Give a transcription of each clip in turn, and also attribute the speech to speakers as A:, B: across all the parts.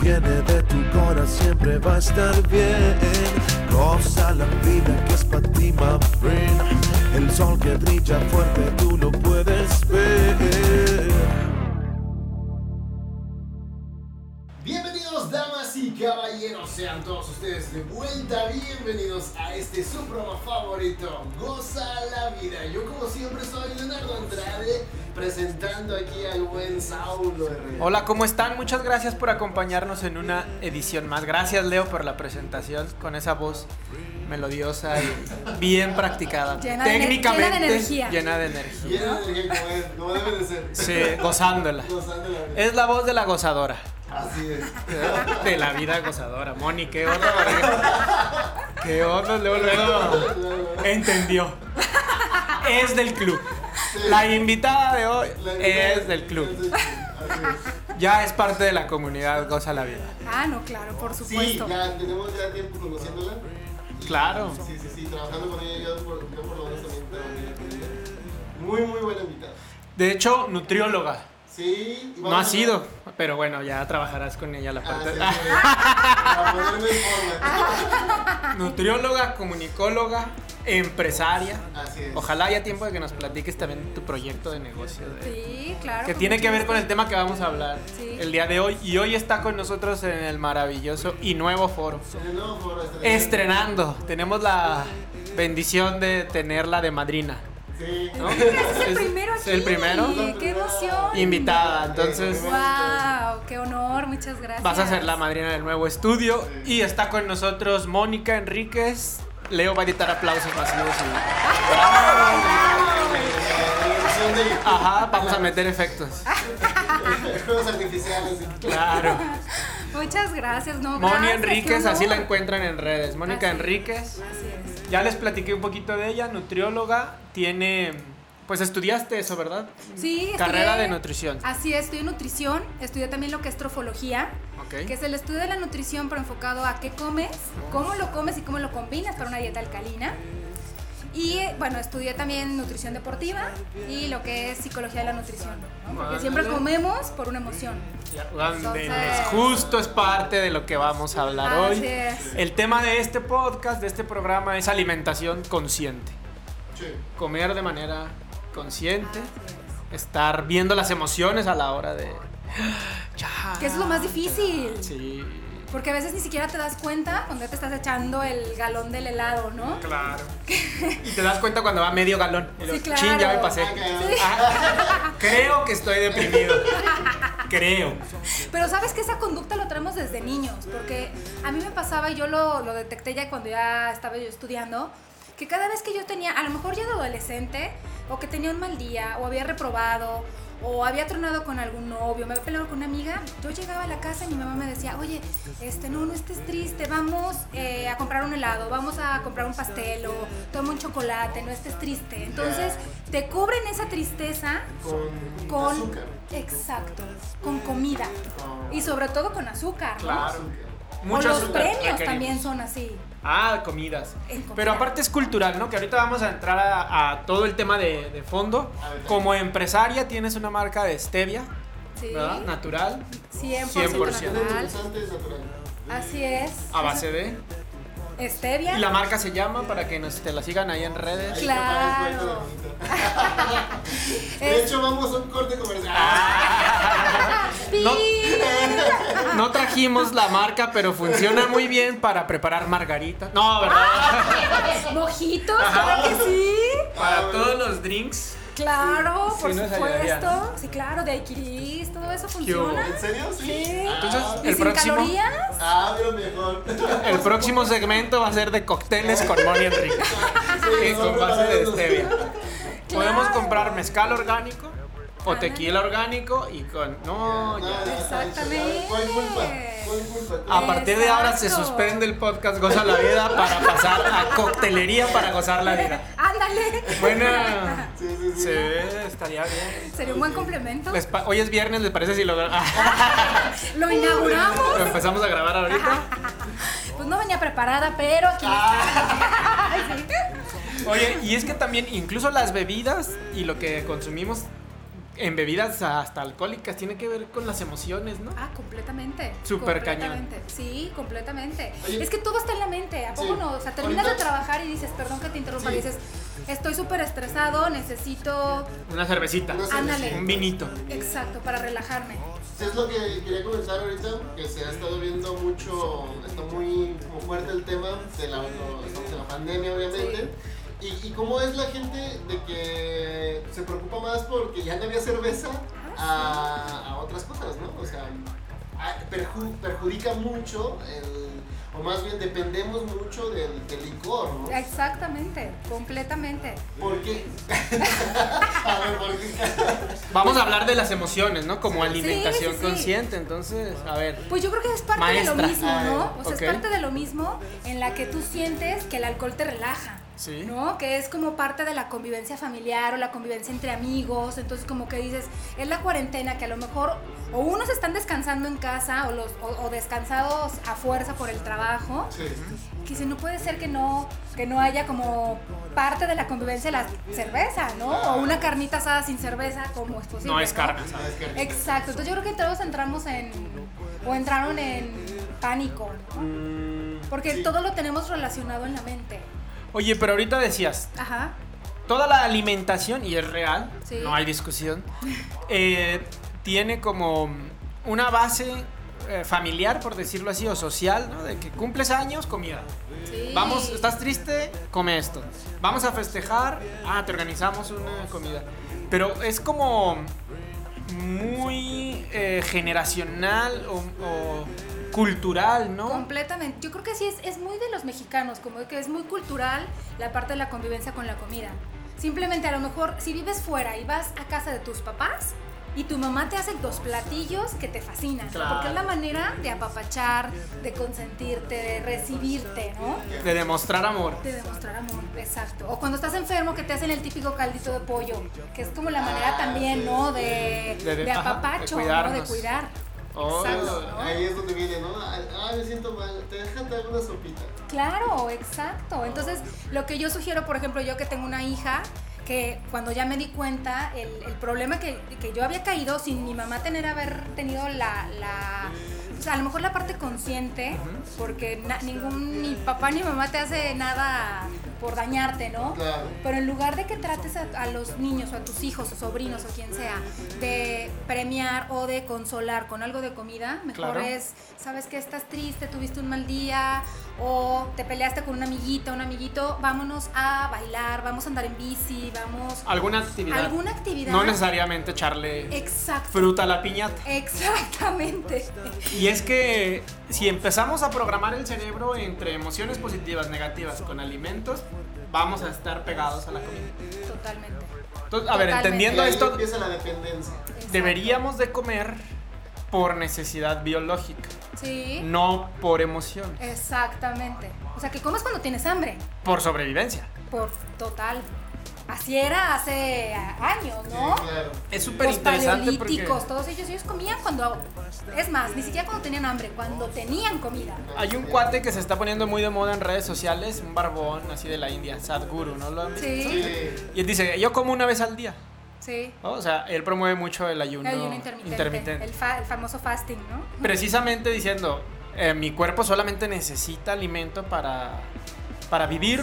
A: viene de tu corazón siempre va a estar bien. Goza la vida que es para ti, my friend. El sol que brilla fuerte tú no puedes ver.
B: Bienvenidos damas y caballeros, sean todos ustedes de vuelta, bienvenidos a este su programa favorito, Goza la Vida. Yo como siempre soy Leonardo Andrade, presentando aquí al buen Saulo Herrera.
C: Hola, ¿cómo están? Muchas gracias por acompañarnos en una edición más. Gracias, Leo, por la presentación con esa voz melodiosa y bien practicada.
D: Llena de ener-
C: Técnicamente
D: llena de energía.
C: llena de energía.
B: Y era de energía como, es, como debe de ser.
C: Sí, gozándola.
B: Gozando la vida.
C: Es la voz de la gozadora.
B: Así es.
C: De la vida gozadora. Moni, qué onda. María? Qué onda, Leo, luego. Entendió. Es del club. La invitada de hoy
B: La vida
C: es del
B: es
C: club.
B: del club, así es.
C: Ya es parte de la comunidad Goza la Vida.
D: Ah, no, claro, por
B: Sí,
D: supuesto.
B: Pues, ya tenemos ya tiempo conociéndola. Y-
C: Claro.
B: Sí, sí, sí, trabajando con ella, yo por, yo por lo menos también trabajé con ella. Muy, muy buena invitada.
C: De hecho, nutrióloga.
B: Sí. y
C: No ha
B: vamos a-
C: sido, pero bueno, ya trabajarás con ella la
B: Ah,
C: parte.
B: sí, sí, Para ponerme en forma.
D: Ah,
C: Nutrióloga, comunicóloga, empresaria.
B: Así es.
C: Ojalá haya tiempo de que nos platiques también tu proyecto de negocio. de-
D: Sí, claro.
C: que
D: con
C: tiene
D: mucho
C: que ver con el
D: gusto.
C: tema que vamos a hablar
D: Sí.
C: el día de hoy. Y hoy está con nosotros en el maravilloso y nuevo foro.
B: En el nuevo foro estrenando.
C: Estrenando. Tenemos la bendición de tenerla de madrina.
B: Sí.
C: ¿no?
D: Es el
C: Es-
D: primero
C: es
D: aquí.
C: el primero.
D: ¡Qué emoción!
C: Invitada. Entonces,
D: ¡Wow! ¡Qué honor! Muchas gracias.
C: Vas a ser la madrina del nuevo estudio y está con nosotros Mónica Enríquez. Leo va a editar aplausos masivos y...
B: Son de YouTube.
C: Ajá, vamos a meter efectos.
D: Ah.
B: Juegos artificiales.
C: Claro.
D: Muchas gracias, no.
C: Moni
D: gracias, qué
C: Enríquez,
D: honor.
C: así la encuentran en redes. Mónica
D: Así es.
C: Enríquez.
D: Así es.
C: Ya les platiqué un poquito de ella, nutrióloga, tiene... Pues estudiaste eso, ¿verdad?
D: Sí,
C: Carrera
D: estudié-
C: de nutrición.
D: Así es, estudié nutrición, estudié también lo que es trofología,
C: Ok.
D: que es el estudio de la nutrición, pero enfocado a qué comes, cómo lo comes y cómo lo combinas para una dieta alcalina. Y eh, bueno, estudié también nutrición deportiva y lo que es psicología de la nutrición, ¿no? porque siempre
C: Ándale.
D: comemos por una emoción.
C: Ándeles,
D: Entonces-
C: Justo es parte de lo que vamos a hablar hoy.
D: Así es.
C: El tema de este podcast, de este programa, es alimentación consciente.
B: Sí.
C: comer de manera consciente, estar viendo las emociones a la hora de... Ya.
D: Que eso es lo más difícil.
C: Sí.
D: Porque a veces ni siquiera te das cuenta cuando ya te estás echando el galón del helado, ¿no?
C: Claro. Y te das cuenta cuando va medio galón. Y luego,
D: Sí, claro.
C: Chin, ya me pasé.
B: Ah, cabrón.
C: Ah, creo que estoy deprimido. Creo.
D: Pero sabes que esa conducta lo traemos desde niños, porque a mí me pasaba, y yo lo, lo detecté ya cuando ya estaba yo estudiando, que cada vez que yo tenía, a lo mejor ya de adolescente, o que tenía un mal día, o había reprobado, o había tronado con algún novio, me había peleado con una amiga, yo llegaba a la casa y mi mamá me decía, oye, este, no, no estés triste, vamos eh, a comprar un helado, vamos a comprar un pastel, o toma un chocolate, no estés triste. Entonces, te cubren esa tristeza
B: Con,
D: con
B: azúcar.
D: exacto con comida y sobre todo con azúcar ¿no?
C: Ah. Claro.
D: O
C: Mucho
D: los
C: azúcar
D: premios
C: requerimos.
D: también son así
C: Ah, comidas.
D: En comida.
C: Pero aparte es cultural, ¿no? Que ahorita vamos a entrar a, a todo el tema de, de fondo.
B: A ver.
C: Como empresaria tienes una marca de stevia,
D: sí
C: ¿verdad? Natural.
D: 100%,
C: 100%.
D: natural
B: Antes natural.
D: así es
C: A base de...
D: stevia
C: Y la marca se llama para que nos, te la sigan ahí en redes.
B: Ahí está, ahí está,
D: Claro.
B: ahí está. De
D: Es-
B: hecho, vamos a un corte comercial. Ah,
D: ¡Pi!
C: No. No trajimos la marca, pero funciona muy bien para preparar margarita. No, ¿verdad?
D: mojitos claro que sí
C: Para todos los drinks.
D: claro
C: Sí,
D: por
C: nos
D: supuesto
C: ayudaría.
D: sí claro de aikiris todo eso
C: hubo?
D: funciona
B: ¿En serio? Sí.
D: Sí.
C: Entonces,
B: Ah,
D: y
C: el
D: sin
C: próximo-
D: calorías
B: Ah, pero mejor.
C: El próximo segmento va a ser de cócteles con Moni Enrique. Y con base de stevia. Podemos comprar mezcal orgánico o tequila orgánico y con. No, ya.
D: Exactamente.
B: ¿Cuál culpa? ¿Cuál culpa?
C: A partir de ahora se
D: Exacto.
C: suspende el podcast Goza la Vida para pasar a coctelería para gozar la vida.
D: ándale
C: Buena.
B: Sí, sí, sí.
C: Se ve, estaría bien.
D: sería un buen complemento
C: Les pa- hoy es viernes, ¿les parece si lo,
D: lo inauguramos
C: lo empezamos a grabar ahorita?
D: Pues no venía preparada, pero aquí
C: Ah.
D: está.
C: Oye, y es que también incluso las bebidas y lo que consumimos en bebidas hasta alcohólicas tiene que ver con las emociones, ¿no?
D: Ah, completamente.
C: Súper cañón.
D: Completamente. Sí, completamente.
B: Oye.
D: es que todo está en la mente, ¿a poco
B: Sí.
D: no? O sea, terminas
B: Ahorita-
D: de trabajar y dices, perdón que te interrumpa,
B: Sí.
D: y dices, estoy súper estresado, necesito,
C: Una cervecita.
B: Una
D: Ándale.
C: Un vinito.
D: exacto, para relajarme.
B: Es lo que quería comentar ahorita, que se ha estado viendo mucho, está muy como fuerte el tema, de la, lo- estamos en la pandemia obviamente, y, y cómo es la gente de que se preocupa más porque ya no había cerveza a, a otras cosas, ¿no? O sea, a- perju- perjudica mucho, el- o más bien dependemos mucho del, del licor, ¿no?
D: Exactamente, completamente.
B: Porque... a ver, ¿por qué?
C: Vamos a hablar de las emociones, ¿no? Como alimentación
D: sí, sí.
C: consciente. Entonces, a ver.
D: Pues yo creo que es parte de
C: Maestra. Ah,
D: lo mismo, ¿no? O sea,
C: Ok.
D: es parte de lo mismo en la que tú sientes que el alcohol te relaja.
C: Sí.
D: ¿No? Que es como parte de la convivencia familiar o la convivencia entre amigos. Entonces, como que dices, es la cuarentena que a lo mejor o unos están descansando en casa o, los, o, o descansados a fuerza por el trabajo. Que dicen, no puede ser que no, que no haya como parte de la convivencia la cerveza, ¿no? O una carnita asada sin cerveza, como es posible.
C: No es carne.
B: Ah, es que-
D: Exacto, entonces yo creo que todos entramos en, o entraron en pánico, ¿no?
C: Mm,
D: Porque
B: sí.
D: todo lo tenemos relacionado en la mente.
C: Oye, pero ahorita decías,
D: Ajá,
C: toda la alimentación, y es real,
D: Sí.
C: no hay discusión, eh, tiene como una base eh, familiar, por decirlo así, o social, ¿no? De que cumples años, comida.
D: sí.
C: Eh, Vamos, estás triste, come esto. Vamos a festejar, ah, te organizamos una comida. Pero es como muy eh, generacional o, o cultural, ¿no?
D: Completamente. Yo creo que sí es, es muy de los mexicanos, como que es muy cultural la parte de la convivencia con la comida. Simplemente a lo mejor si vives fuera y vas a casa de tus papás y tu mamá te hace dos platillos que te fascinan, ¿no?
C: Claro.
D: porque es la manera de apapachar, de consentirte, de recibirte, ¿no?
C: de demostrar amor.
D: De demostrar amor, exacto. O cuando estás enfermo que te hacen el típico caldito de pollo, que es como la manera también, ¿no? De,
C: Ah, De- de-
D: de
C: ajá, de
D: apapacho, ¿no? De
C: cuidarnos.
D: cuidar.
C: Oh,
D: Exacto, ¿no?
B: Ahí es donde viene, ¿no? Ah, me siento mal. Te dejan dar una sopita.
D: Claro, exacto. Entonces, lo que yo sugiero, por ejemplo, yo que tengo una hija, que cuando ya me di cuenta, el, el problema que, que yo había caído sin mi mamá tener haber tenido la... la o sea, a lo mejor la parte consciente, porque na- ningún, ni papá ni mamá te hace nada por dañarte, ¿no?
B: Claro.
D: Pero en lugar de que trates a, a los niños o a tus hijos o sobrinos o quien sea de premiar o de consolar con algo de comida, mejor
C: Claro.
D: es, sabes que estás triste, tuviste un mal día o te peleaste con una amiguita, un amiguito, vámonos a bailar, vamos a andar en bici, vamos
C: Alguna actividad.
D: alguna actividad.
C: No necesariamente echarle
D: Exacto.
C: fruta a la piñata.
D: Exactamente.
C: Y es que si empezamos a programar el cerebro entre emociones positivas, negativas, con alimentos, vamos a estar pegados a la comida.
D: Totalmente.
C: Entonces, a ver,
D: Totalmente.
B: Y
C: entendiendo
B: ahí
C: esto,
B: empieza la dependencia.
D: Exacto.
C: deberíamos de comer por necesidad biológica,
D: Sí.
C: no por emoción,
D: Exactamente. O sea, que comes cuando tienes hambre.
C: por sobrevivencia.
D: Por total. Así era hace años, ¿no?
B: Sí, claro.
C: Es súper
D: Los
C: interesante porque
D: paleolíticos, todos ellos, ellos comían cuando, es más, ni siquiera cuando tenían hambre, cuando tenían comida.
C: hay un cuate que se está poniendo muy de moda en redes sociales, un barbón así de la India, Sadhguru, ¿no lo han visto?
D: Sí,
B: Sí.
C: Y él dice, yo como una vez al día.
D: sí.
C: ¿no? O sea, él promueve mucho el
D: El
C: ayuno,
D: ayuno intermitente,
C: intermitente.
D: El, fa- el famoso fasting, ¿no?
C: Precisamente diciendo, eh, mi cuerpo solamente necesita alimento para, para vivir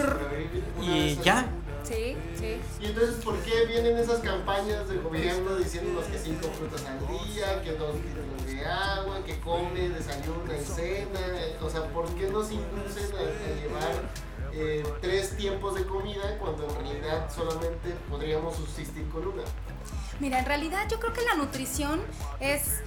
B: Una
C: y
B: vez
C: ya.
D: Sí, sí.
B: Y entonces, ¿por qué vienen esas campañas del gobierno diciéndonos que cinco frutas al día, que dos litros de agua, que come, desayuna y cena? O sea, ¿por qué nos inducen a, a llevar eh, tres tiempos de comida cuando en realidad solamente podríamos subsistir con una?
D: Mira, en realidad yo creo que la nutrición es...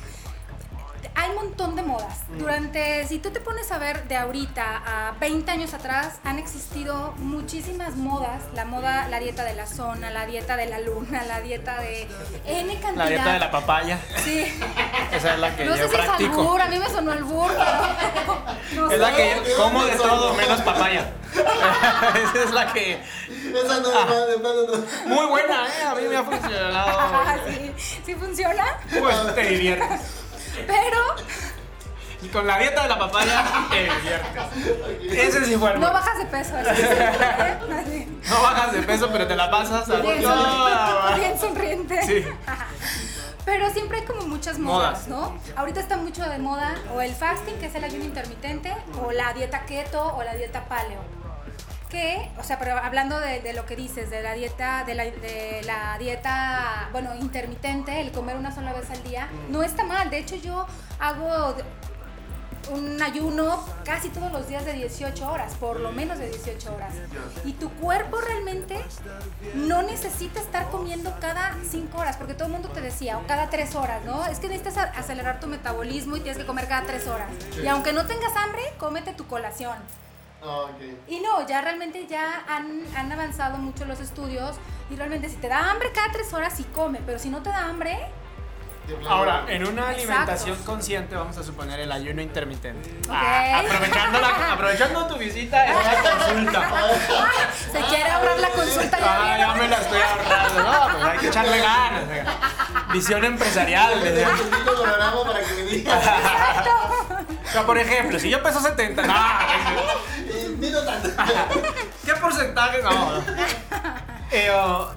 D: Hay un montón de modas.
C: Mm.
D: Durante, si tú te pones a ver de ahorita a 20 años atrás, han existido muchísimas modas. La moda, la dieta de la zona, la dieta de la luna, la dieta de N cantidad.
C: La dieta de la papaya,
D: Sí.
C: esa es la que
D: No
C: yo
D: sé si es
C: practico.
D: albur, a mí me sonó albur, pero no
C: Es la
D: sé.
C: que yo como de todo menos papaya. Esa es la que.
B: Esa no, no, de plano no.
C: Muy buena, ¿eh? A mí me ha funcionado.
D: Ah, sí, sí funciona,
C: Pues te diviertes.
D: pero
C: Y con la dieta de la papaya te diviertes. Ese sí fue el
D: no
C: bueno.
D: bajas de peso. eso sí, ¿eh? Así.
C: No bajas de peso, pero te la pasas a
D: Bien,
C: No,
D: sonriente, bien sonriente.
C: Sí.
D: Pero siempre hay como muchas modas, ¿no? Ahorita está mucho de moda o el fasting, que es el ayuno intermitente, o la dieta keto o la dieta paleo. Que, o sea, pero hablando de, de lo que dices, de la dieta, de la, de la dieta, bueno, intermitente, el comer una sola vez al día, no está mal. De hecho, yo hago un ayuno casi todos los días de 18 horas, por lo menos de 18 horas. Y tu cuerpo realmente no necesita estar comiendo cada 5 horas, porque todo el mundo te decía, o cada 3 horas, ¿no? Es que necesitas a- acelerar tu metabolismo y tienes que comer cada 3 horas. Y aunque no tengas hambre, cómete tu colación.
B: Ah, ok.
D: Y no, ya realmente ya han, han avanzado mucho los estudios y realmente si te da hambre cada 3 horas, sí come, pero si no te da hambre,
B: De plano.
C: Ahora, en una alimentación
D: Exacto.
C: consciente vamos a suponer el ayuno intermitente. Ah,
D: Ok.
C: aprovechando, la- aprovechando tu visita en una consulta.
D: se quiere ahorrar la consulta. ¿ya
C: Ah, ya
D: vieron?
C: me la estoy ahorrando. No, pues hay que echarle ganas. venga. Visión empresarial.
B: Le
C: venga.
B: dejo un poquito colorado para que me digas.
C: O sea, por ejemplo, si yo peso 70, no,
B: Y ni no tanto.
C: ¿qué porcentaje? No. Eh, oh,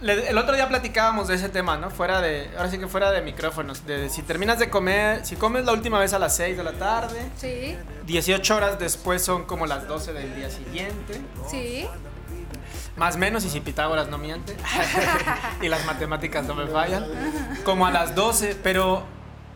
C: le- el otro día platicábamos de ese tema, ¿no? Fuera de, ahora sí que fuera de micrófonos. De, si terminas de comer, si comes la última vez a las 6 de la tarde,
D: Sí,
C: 18 horas después son como las 12 del día siguiente.
D: sí.
C: Ah, Más menos, y si Pitágoras no miente. y las matemáticas no me fallan. Como a las 12, pero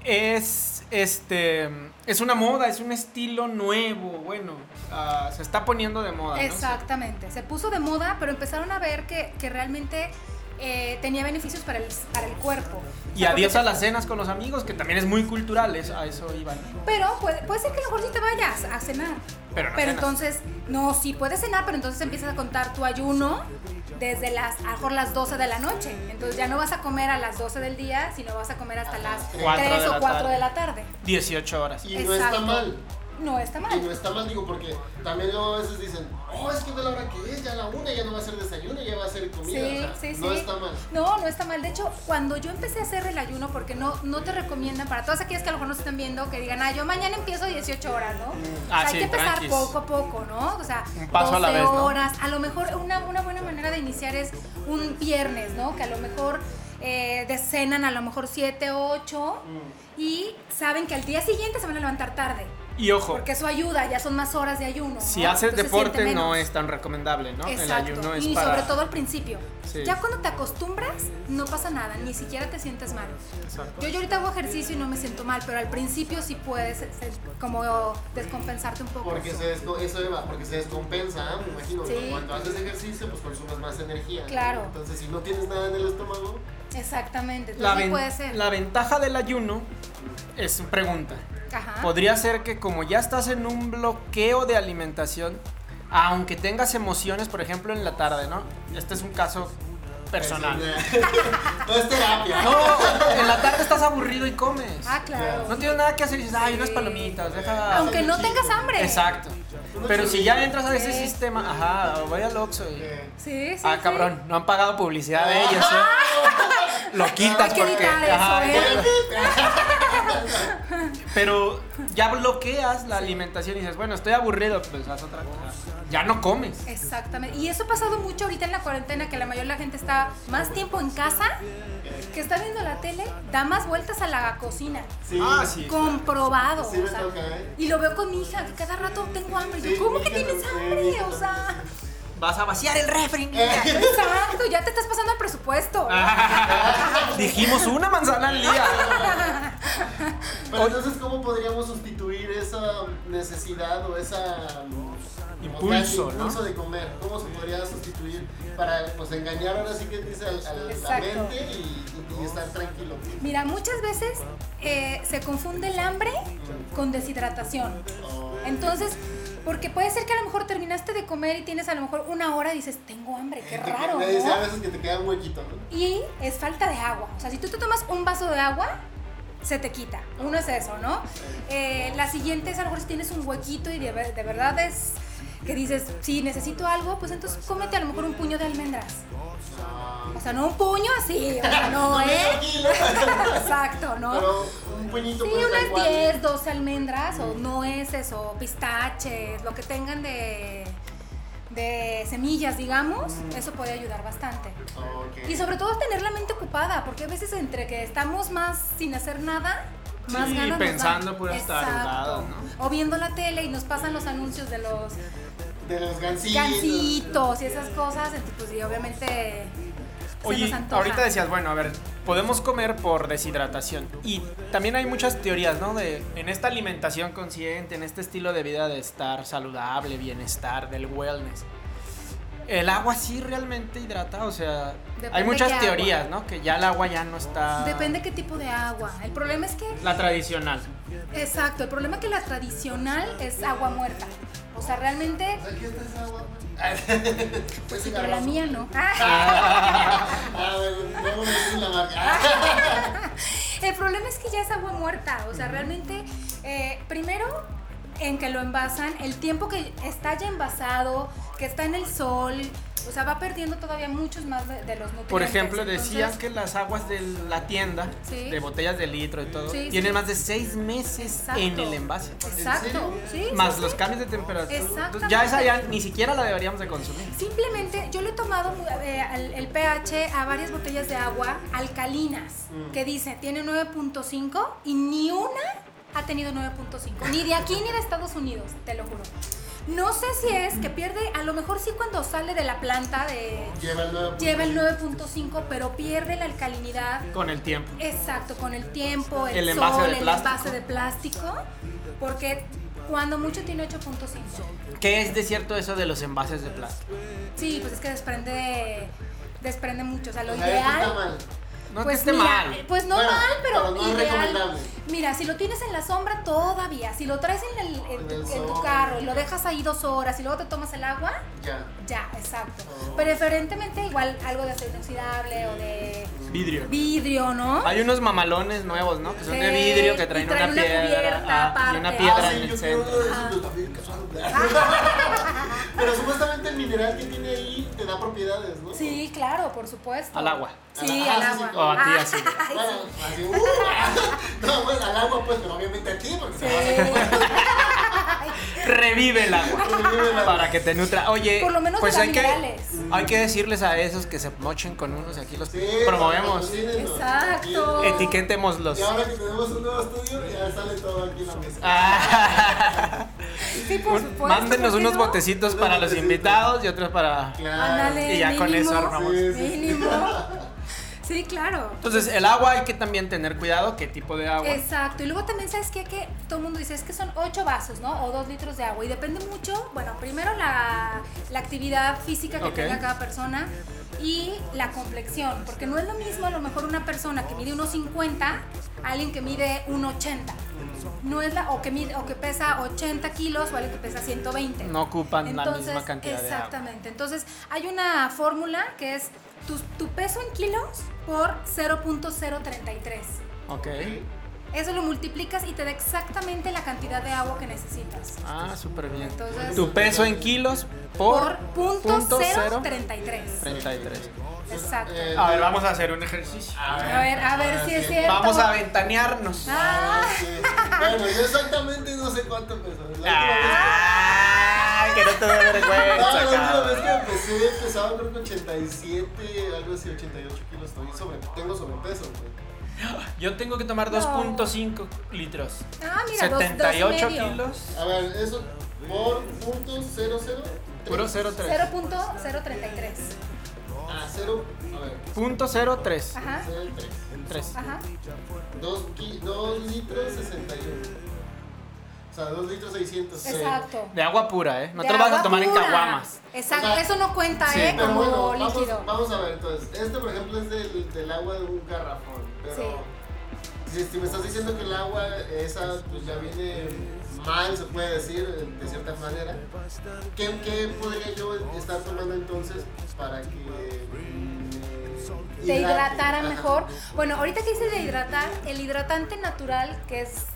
C: es este es una moda, es un estilo nuevo, bueno, ah, se está poniendo de moda. ¿no?
D: Exactamente. Se puso de moda, pero empezaron a ver que, que realmente eh, tenía beneficios para el, para el cuerpo.
C: Y adiós a las cenas con los amigos, que también es muy cultural, eso- a eso iban.
D: Pero puede, puede ser que a lo mejor sí te vayas a cenar.
C: Pero no cenas.
D: entonces, no, sí puedes cenar, pero entonces empiezas a contar tu ayuno desde las, a lo mejor las 12 de la noche. Entonces ya no vas a comer a las 12 del día, sino vas a comer hasta las
C: Cuatro
D: 3
C: de
D: o
C: la
D: 4
C: tarde.
D: de la tarde.
C: 18 horas.
B: Y no está
D: Exacto.
B: mal.
D: No está
B: Y no
D: mal.
B: está mal, digo, porque también luego a veces dicen, oh, es que ve la hora que es, ya la una, ya no va a ser desayuno, ya va a ser comida.
D: Sí,
B: O sea,
D: sí, sí.
B: No está mal.
D: No, no está mal. De hecho, cuando yo empecé a hacer el ayuno, porque no, no te recomiendan, para todas aquellas que a lo mejor nos están viendo, que digan, ah, yo mañana empiezo 18 horas, ¿no?
C: Ah,
D: o sea,
C: sí,
D: hay que empezar
C: tranquis.
D: poco a poco, ¿no? O sea,
C: Un paso a la vez, ¿no?
D: horas. A lo mejor una, una buena manera de iniciar es un viernes, ¿no? Que a lo mejor eh, descenan a lo mejor 7, 8
C: Mm.
D: y saben que al día siguiente se van a levantar tarde.
C: Y ojo,
D: Porque eso ayuda, ya son más horas de ayuno. ¿no?
C: si haces
D: Entonces se siente
C: deporte no
D: menos.
C: es tan recomendable, ¿no? El
D: Exacto.
C: ayuno es
D: y
C: para...
D: sobre todo al principio.
C: Sí.
D: Ya cuando te acostumbras, no pasa nada, ni siquiera te sientes mal.
C: Exacto.
D: Yo, yo ahorita hago ejercicio y no me siento mal, pero al principio sí puedes se- como descompensarte un poco.
B: Porque se, desco- eso Eva, porque se descompensa, ¿ah? me imagino.
D: Sí.
B: Cuando haces ejercicio, pues consumes más energía.
D: Claro.
B: Entonces, si no tienes nada en el estómago,
D: Exactamente, entonces
C: La,
D: sí
C: ven-
D: puede ser.
C: la ventaja del ayuno es pregunta.
D: Ajá.
C: Podría ser que como ya estás en un bloqueo de alimentación, aunque tengas emociones, por ejemplo, en la tarde, ¿no? Este es un caso personal.
B: pues, no es terapia.
C: No, en la tarde estás aburrido y comes.
D: Ah, claro.
C: No tienes nada que hacer y dices, ay, unas
D: Sí.
C: palomitas, deja...
D: Aunque no tengas hambre.
C: Exacto. Pero si ya entras a ese
D: Sí.
C: sistema, ajá, voy al Oxxo y...
B: Eh,
D: Sí, sí.
C: Ah,
D: sí.
C: cabrón, no han pagado publicidad de ellos, ¿eh? Lo quitas
D: Hay que
C: porque...
D: evitar eso,
C: ajá,
D: ¿eh?
C: Pero ya bloqueas la alimentación y dices, bueno, estoy aburrido, pues haz otra cosa. Ya no comes.
D: Exactamente. Y eso ha pasado mucho ahorita en la cuarentena, que la mayoría de la gente está más tiempo en casa, que está viendo la tele, da más vueltas a la cocina.
B: sí.
C: Ah, sí.
D: comprobado.
B: Sí me
D: o sea,
B: toca, ¿eh?
D: Y lo veo con mi hija, que cada rato tengo hambre.
B: Sí,
D: Yo, ¿cómo
B: mi
D: que
B: hija
D: tienes
B: también, mi
D: hambre?
B: hija
D: O sea,
C: Vas a vaciar el refri. niña.
D: exacto, ya te estás pasando el presupuesto.
B: Ah.
C: Dijimos una manzana al día.
B: Pero entonces, ¿cómo podríamos sustituir esa necesidad o esa
C: Impulso,
B: o sea, impulso de comer? ¿Cómo se podría sustituir para pues engañar ahora sí que dice al, al- la
D: Exacto.
B: mente y, y estar tranquilo?
D: Mira, muchas veces eh, se confunde el hambre con deshidratación. Entonces, porque puede ser que a lo mejor terminaste de comer y tienes a lo mejor una hora y dices, tengo hambre, qué raro.
B: Me dice "Ah,
D: ¿no?
B: a veces que te queda un huequito, ¿no?
D: Y es falta de agua. O sea, si tú te tomas un vaso de agua, se te quita. Uno es eso, ¿no? Eh, la siguiente es a lo mejor si tienes un huequito y de, ver- de verdad es que dices, si necesito algo, pues entonces cómete a lo mejor un puño de almendras. O sea, no un puño así, o sea, no, ¿eh?
B: Tranquilo.
D: Exacto, ¿no?
B: Pero un puñito
D: Sí,
B: puede estar
D: unas
B: igual.
D: 10, 12 almendras o nueces o pistaches, lo que tengan de de semillas, digamos, eso puede ayudar bastante.
B: Ok.
D: Y sobre todo tener la mente ocupada, porque a veces entre que estamos más sin hacer nada, más
C: Sí,
D: ganas nos
C: pensando
D: dan.
C: puras
D: Exacto.
C: tarugadas, ¿no?
D: O viendo la tele y nos pasan los anuncios de los
B: De los gansitos.
D: gancitos y esas cosas, entonces pues y obviamente se nos
C: Oye,
D: antoja.
C: ahorita decías, bueno, a ver, podemos comer por deshidratación. Y también hay muchas teorías, ¿no? De en esta alimentación consciente, en este estilo de vida de estar saludable, bienestar, del wellness. El agua sí realmente hidrata, o sea, hay
D: Depende qué
C: muchas
D: agua.
C: teorías, ¿no? Que ya el agua ya no está
D: Depende qué tipo de agua. El problema es que
C: la tradicional.
D: Exacto, el problema es que la tradicional es agua muerta. O sea, realmente,
B: O sea, ¿qué está esa agua?
D: pues sí, pero la mía no.
B: Ah, bueno, no voy a decir la marca. Ah,
D: El problema es que ya es agua muerta. O sea, realmente, eh, primero en que lo envasan, el tiempo que está ya envasado, que está en el sol, o sea, va perdiendo todavía muchos más de, de los nutrientes.
C: Por ejemplo, decías
D: Entonces,
C: que las aguas de la tienda,
D: Sí.
C: de botellas de litro y todo,
D: Sí,
C: tienen
D: sí.
C: más de seis meses
D: Exacto.
C: en el envase.
D: Exacto,
B: ¿En
D: sí. sí,
C: Más
D: sí.
C: los cambios de temperatura.
D: Exactamente.
C: Ya esa ya ni siquiera la deberíamos de consumir.
D: Simplemente yo le he tomado eh, al- el pH a varias botellas de agua alcalinas
C: Mm.
D: que dice tiene 9.5 y ni una ha tenido 9.5, ni de aquí ni de Estados Unidos, te lo juro. No sé si es que pierde, a lo mejor sí cuando sale de la planta de,
B: Lleva el nuevo.
D: lleva el 9.5, pero pierde la alcalinidad
C: Con el tiempo.
D: Exacto, con el tiempo, el,
C: El
D: sol,
C: envase de
D: el
C: plástico.
D: envase de plástico, porque cuando mucho tiene 8.5.
C: ¿Qué es de cierto eso de los envases de plástico?
D: Sí, pues es que desprende desprende mucho, o sea, lo
B: O sea, esto está
D: ideal
B: mal.
C: No que
D: pues
C: esté
D: mira, eh,
C: mal.
D: Pues no
B: Bueno,
D: mal, pero,
B: pero no es
D: ideal.
B: recomendable.
D: Mira, si lo tienes en la sombra todavía, si lo traes en, el- en
B: En
D: tu,
B: el
D: en tu
B: sol.
D: carro y lo dejas ahí dos horas y luego te tomas el agua,
B: Ya.
D: ya, exacto.
B: Oh.
D: Preferentemente igual algo de aceite inoxidable o de
C: Vidrio.
D: pues, vidrio, ¿no?
C: Hay unos mamalones nuevos, ¿no? Que son de
D: Sí,
C: vidrio, que
D: y
C: traen,
D: traen
C: una
D: una
C: piedra.
D: cubierta
C: ah, y una
D: aparte.
C: piedra
B: Ah, sí,
C: en el
B: yo quiero uno
C: centro.
B: de esos,
D: Ah.
B: pero también casual. Pero supuestamente el mineral que tiene ahí te da propiedades, ¿no?
D: Sí, claro, por supuesto.
C: Al agua.
D: Sí,
B: Ah,
D: al
B: sí,
D: agua.
B: sí.
C: O Oh, a ti
D: Ah,
C: así.
B: Bueno, así, uh, no, pues al agua, pues, pero obviamente a ti, porque
D: sí.
B: se va a hacer
C: Revive el agua.
B: Revive el agua.
C: para que te nutra. Oye,
D: Por lo menos
C: pues
D: de
C: hay que,
D: minerales.
C: hay que decirles a esos que se mochen con unos aquí los
B: Sí,
C: promovemos.
B: patrocínenos.
D: Exacto.
C: Etiquetémoslos.
B: Y ahora que tenemos un nuevo estudio, ya sale todo aquí en la mesa.
C: Ah.
D: Sí, por
C: Un-
D: supuesto.
C: Mándenos
D: ¿por qué
C: unos
D: no?
C: botecitos
B: Unos
C: para los
B: botecitos.
C: invitados y otros para.
B: Claro.
D: Ándale,
C: Y ya con
D: mínimo,
C: eso armamos.
B: Sí, sí.
D: Mínimo. Sí, claro.
C: Entonces, el agua hay que también tener cuidado qué tipo de agua.
D: Exacto. Y luego también, ¿sabes qué? Que todo el mundo dice, es que son 8 vasos, ¿no? O 2 litros de agua. Y depende mucho, bueno, primero la, la actividad física que
C: Ok.
D: tenga cada persona y la complexión. Porque no es lo mismo a lo mejor una persona que mide 1,50 a alguien que mide 1,80. No es la, o que mide, o que pesa 80 kilos o alguien que pesa 120.
C: No ocupan la misma
D: Entonces,
C: cantidad de agua.
D: Exactamente. Entonces, hay una fórmula que es tu, tu peso en kilos por 0.033.
C: Ok.
D: Eso lo multiplicas y te da exactamente la cantidad de agua que necesitas.
C: Ah, súper bien.
D: Entonces,
C: Tu peso en kilos por,
D: por, punto
C: punto cero
D: 0.033.
C: 33.
D: Exacto.
B: Eh,
C: A ver, vamos a hacer un ejercicio.
D: a ver, a ver si es
B: sí.
D: cierto.
C: Vamos a ventanearnos.
D: Ah,
B: Sí. Bueno, yo exactamente no sé cuánto empezó. La
C: Ah, que no te dé
B: última
C: vergüenza.
B: vez, no, la última vez
C: cabrón.
B: que empecé, empezaba creo que 87, algo así, 88 kilos. Estoy sobre, tengo sobrepeso, güey.
C: Yo tengo que tomar
D: No.
C: 2.5 litros.
D: ah, mira, dos- dos y
C: 78
D: medio. Ah,
C: kilos.
B: A ver, eso por punto 00.
C: Puro 03.
D: 0.033.
B: Ah, 0. A ver,
C: Punto 03.
D: Ajá.
B: 03.
C: Tres.
D: Ajá.
B: 2, litros 61. O sea, 2 litros 600.
D: Exacto.
C: De agua pura, ¿eh? No
D: ah. De
C: te lo vas a
D: agua
C: tomar en
D: pura.
C: caguamas.
D: Exacto,
B: O sea,
D: eso no cuenta,
C: sí,
D: ¿eh?
C: pero
D: Como
B: vamos,
D: líquido.
B: vamos a ver entonces. Este, por ejemplo, es del, del agua de un garrafón. Pero si, si me estás diciendo que el agua esa pues, ya viene mal, se puede decir, de cierta manera, ¿qué, qué podría yo estar tomando entonces para que me
D: te
B: hidrate?
D: hidratara
B: Ajá.
D: mejor. Bueno, ahorita que hice de hidratar, el hidratante natural, que es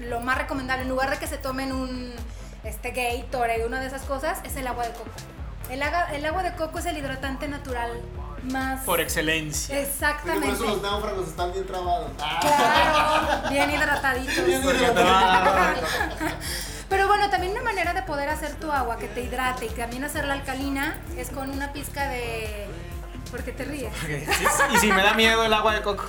D: lo más recomendable, en lugar de que se tomen un este, Gatorade, una de esas cosas, es el agua de coco. El, aga- el agua de coco es el hidratante natural más...
C: Por excelencia.
B: Porque por
D: Exactamente.
B: eso los náufragos están bien trabados. Ah.
D: Claro, bien hidrataditos.
B: Bien
C: Porque te va a dar
D: Pero bueno, también una manera de poder hacer tu agua que te hidrate y también hacerla alcalina es con una pizca de... ¿Por qué te ríes?
C: Ok, sí, sí, Y si me da miedo el agua de coco.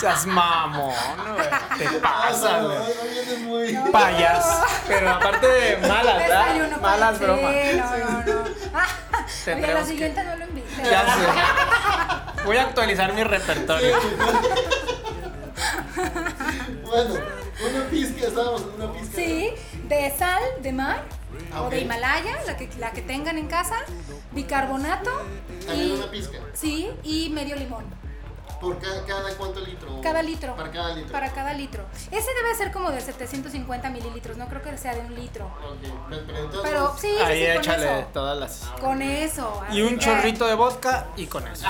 C: Seas mamón, güey. Te
B: Ah,
C: pasas,
B: no,
C: güey.
B: hoy vienes muy.
C: Payas. Pero aparte de malas, ¿verdad?
D: Desayuno,
C: Malas
D: sí,
C: bromas.
D: No, no, no. Oye, a la
C: Tendremos
D: siguiente no lo invité.
C: Ya sé. Voy a actualizar mi repertorio.
B: Bueno, una pizca, estábamos en una pizca.
D: Sí, de sal de mar
B: Ah,
D: o
B: ok.
D: de Himalaya, la que, la que tengan en casa, bicarbonato
B: También
D: y,
B: una pizca.
D: sí, y medio limón.
B: ¿Por cada, cada cuánto litro?
D: Cada litro.
B: Para cada litro.
D: Para cada litro. Ese debe ser como de 750 mililitros, no creo que sea de un litro.
B: Ok, pero, pero entonces.
D: Pero sí, sí,
C: Ahí
D: sí, con
C: échale
D: eso.
C: todas las.
D: Con eso.
C: Y
D: así
C: un
D: que
C: chorrito de vodka y con eso.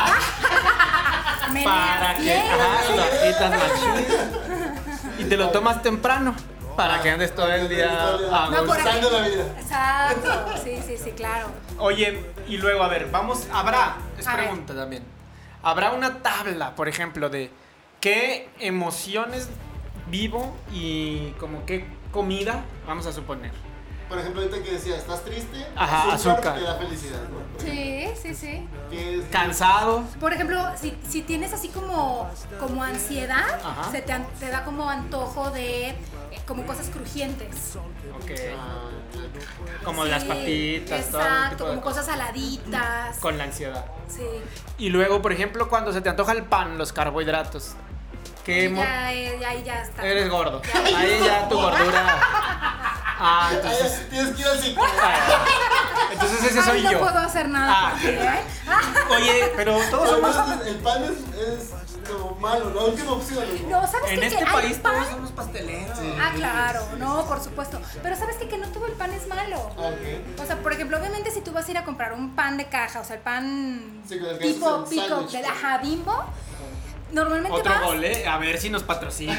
D: menea
C: Para que
D: bien.
C: ajá, lo agitas más chido. Y te lo tomas temprano. Para que andes todo el día a
D: No, por
C: gusto.
B: Gozando
D: aquí.
B: la vida.
D: Exacto. Sí, sí, sí, claro.
C: Oye, y luego, a ver, vamos, habrá, es
D: A ver.
C: pregunta también, habrá una tabla, por ejemplo, de qué emociones vivo y como qué comida, vamos a suponer.
B: Por ejemplo, ahorita que decía, ¿estás triste?
C: Ajá, azúcar.
B: Te da felicidad, ¿no?
D: Sí, sí, sí.
B: ¿Qué es?
C: Cansado,
D: Por ejemplo, si, si tienes así como, como ansiedad,
C: Ajá.
D: se te, an- te da como antojo de eh, como cosas crujientes.
C: ok,
B: Ah, la-
C: como las
D: Sí,
C: papitas, todo ese
D: Exacto,
C: tipo de
D: como
C: cosas,
D: cosas saladitas.
C: con la ansiedad.
D: Sí.
C: Y luego, por ejemplo, cuando se te antoja el pan, los carbohidratos, qué
D: Y
C: emo-
D: ya, eh, ya- ahí ya está.
C: eres gordo, ahí ya tu gordura... Ah,
B: Ay,
C: entonces...
B: Tienes que ir al psicólogo.
C: ah, Entonces ese soy
D: Ay, no
C: yo.
D: puedo hacer nada
C: Ah.
D: por ti, ¿eh?
C: Oye, pero todos somos...
B: Además, El pan es, es como malo, la última opción.
D: No, ¿sabes
C: En
D: qué?
C: este
D: que hay
C: país
D: pan?
C: todos somos pasteleros.
D: Ah, claro, no, por supuesto. Pero ¿sabes qué? Que no todo el pan es malo.
B: Ok.
D: O sea, por ejemplo, obviamente si tú vas a ir a comprar un pan de caja, o sea, el pan
B: Sí, con el que
D: tipo
B: haces el
D: pico
B: sándwich. pues.
D: de la Jabimbo, normalmente
C: Otro
D: vas...
C: gol, ¿eh? A ver si nos patrocina.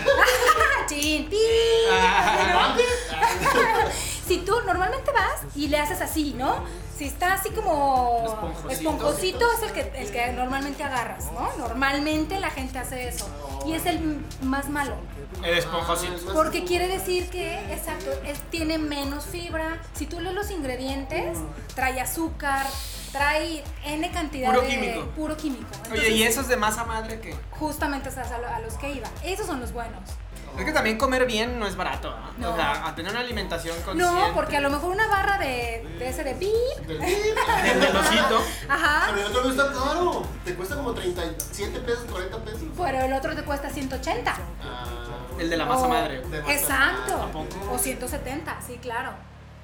D: Chin, pi.
C: Ah.
D: Si tú normalmente vas y le haces así, ¿no? Si está así como
C: Esponjosito.
D: esponjosito es el que, el que normalmente agarras, ¿no? Normalmente la gente hace eso y es el más malo.
C: El esponjosito.
D: Porque quiere decir que, exacto, es- tiene menos fibra. Si tú lees los ingredientes, trae azúcar, trae N cantidad
C: Puro
D: de
C: químico.
D: puro químico.
C: Oye, ¿y
D: Ah, Entonces,
C: esos de masa madre qué?
D: Justamente es a, lo- a los que iba. Esos son los buenos.
C: Es que también comer bien no es barato, ¿no?
D: No.
C: O sea, a tener una alimentación consciente.
D: No, porque a lo mejor una barra de, de ese de pip.
C: El del osito.
D: Ajá.
B: Pero el otro no está caro. Te cuesta como 37 pesos, 40 pesos.
D: Pero el otro te cuesta 180.
B: Ah,
C: El de la masa
D: O-
C: madre.
B: De masa.
D: Exacto.
B: ¿A
C: poco?
D: O 170, sí, claro.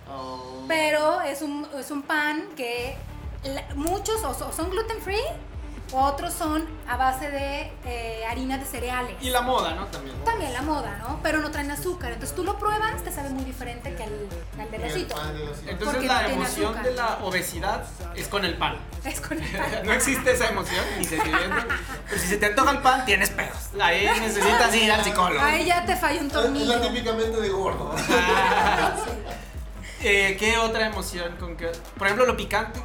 B: oh.
D: Pero es un, es un pan que la- muchos o so- son gluten free, otros son a base de eh, harina de cereales.
C: Y la moda, ¿no? También.
D: También la moda, ¿no? Pero no traen azúcar. Entonces tú lo pruebas, te sabe muy diferente que al, al de
B: El
D: losito.
B: pan de losito.
C: Entonces
D: Porque
C: la
D: no tiene
C: emoción
D: azúcar.
C: de la obesidad es con el pan.
D: Es con el pan.
C: No existe esa emoción, ni se siente. Pero si se te antoja el pan, tienes pedos. Ahí necesitas ir al psicólogo.
D: Ahí ya te falla un
B: Es
D: tornillo.
B: la típicamente de gordo.
C: Ah.
D: Sí.
C: Eh, ¿Qué otra emoción? con qué? Por ejemplo, lo picante.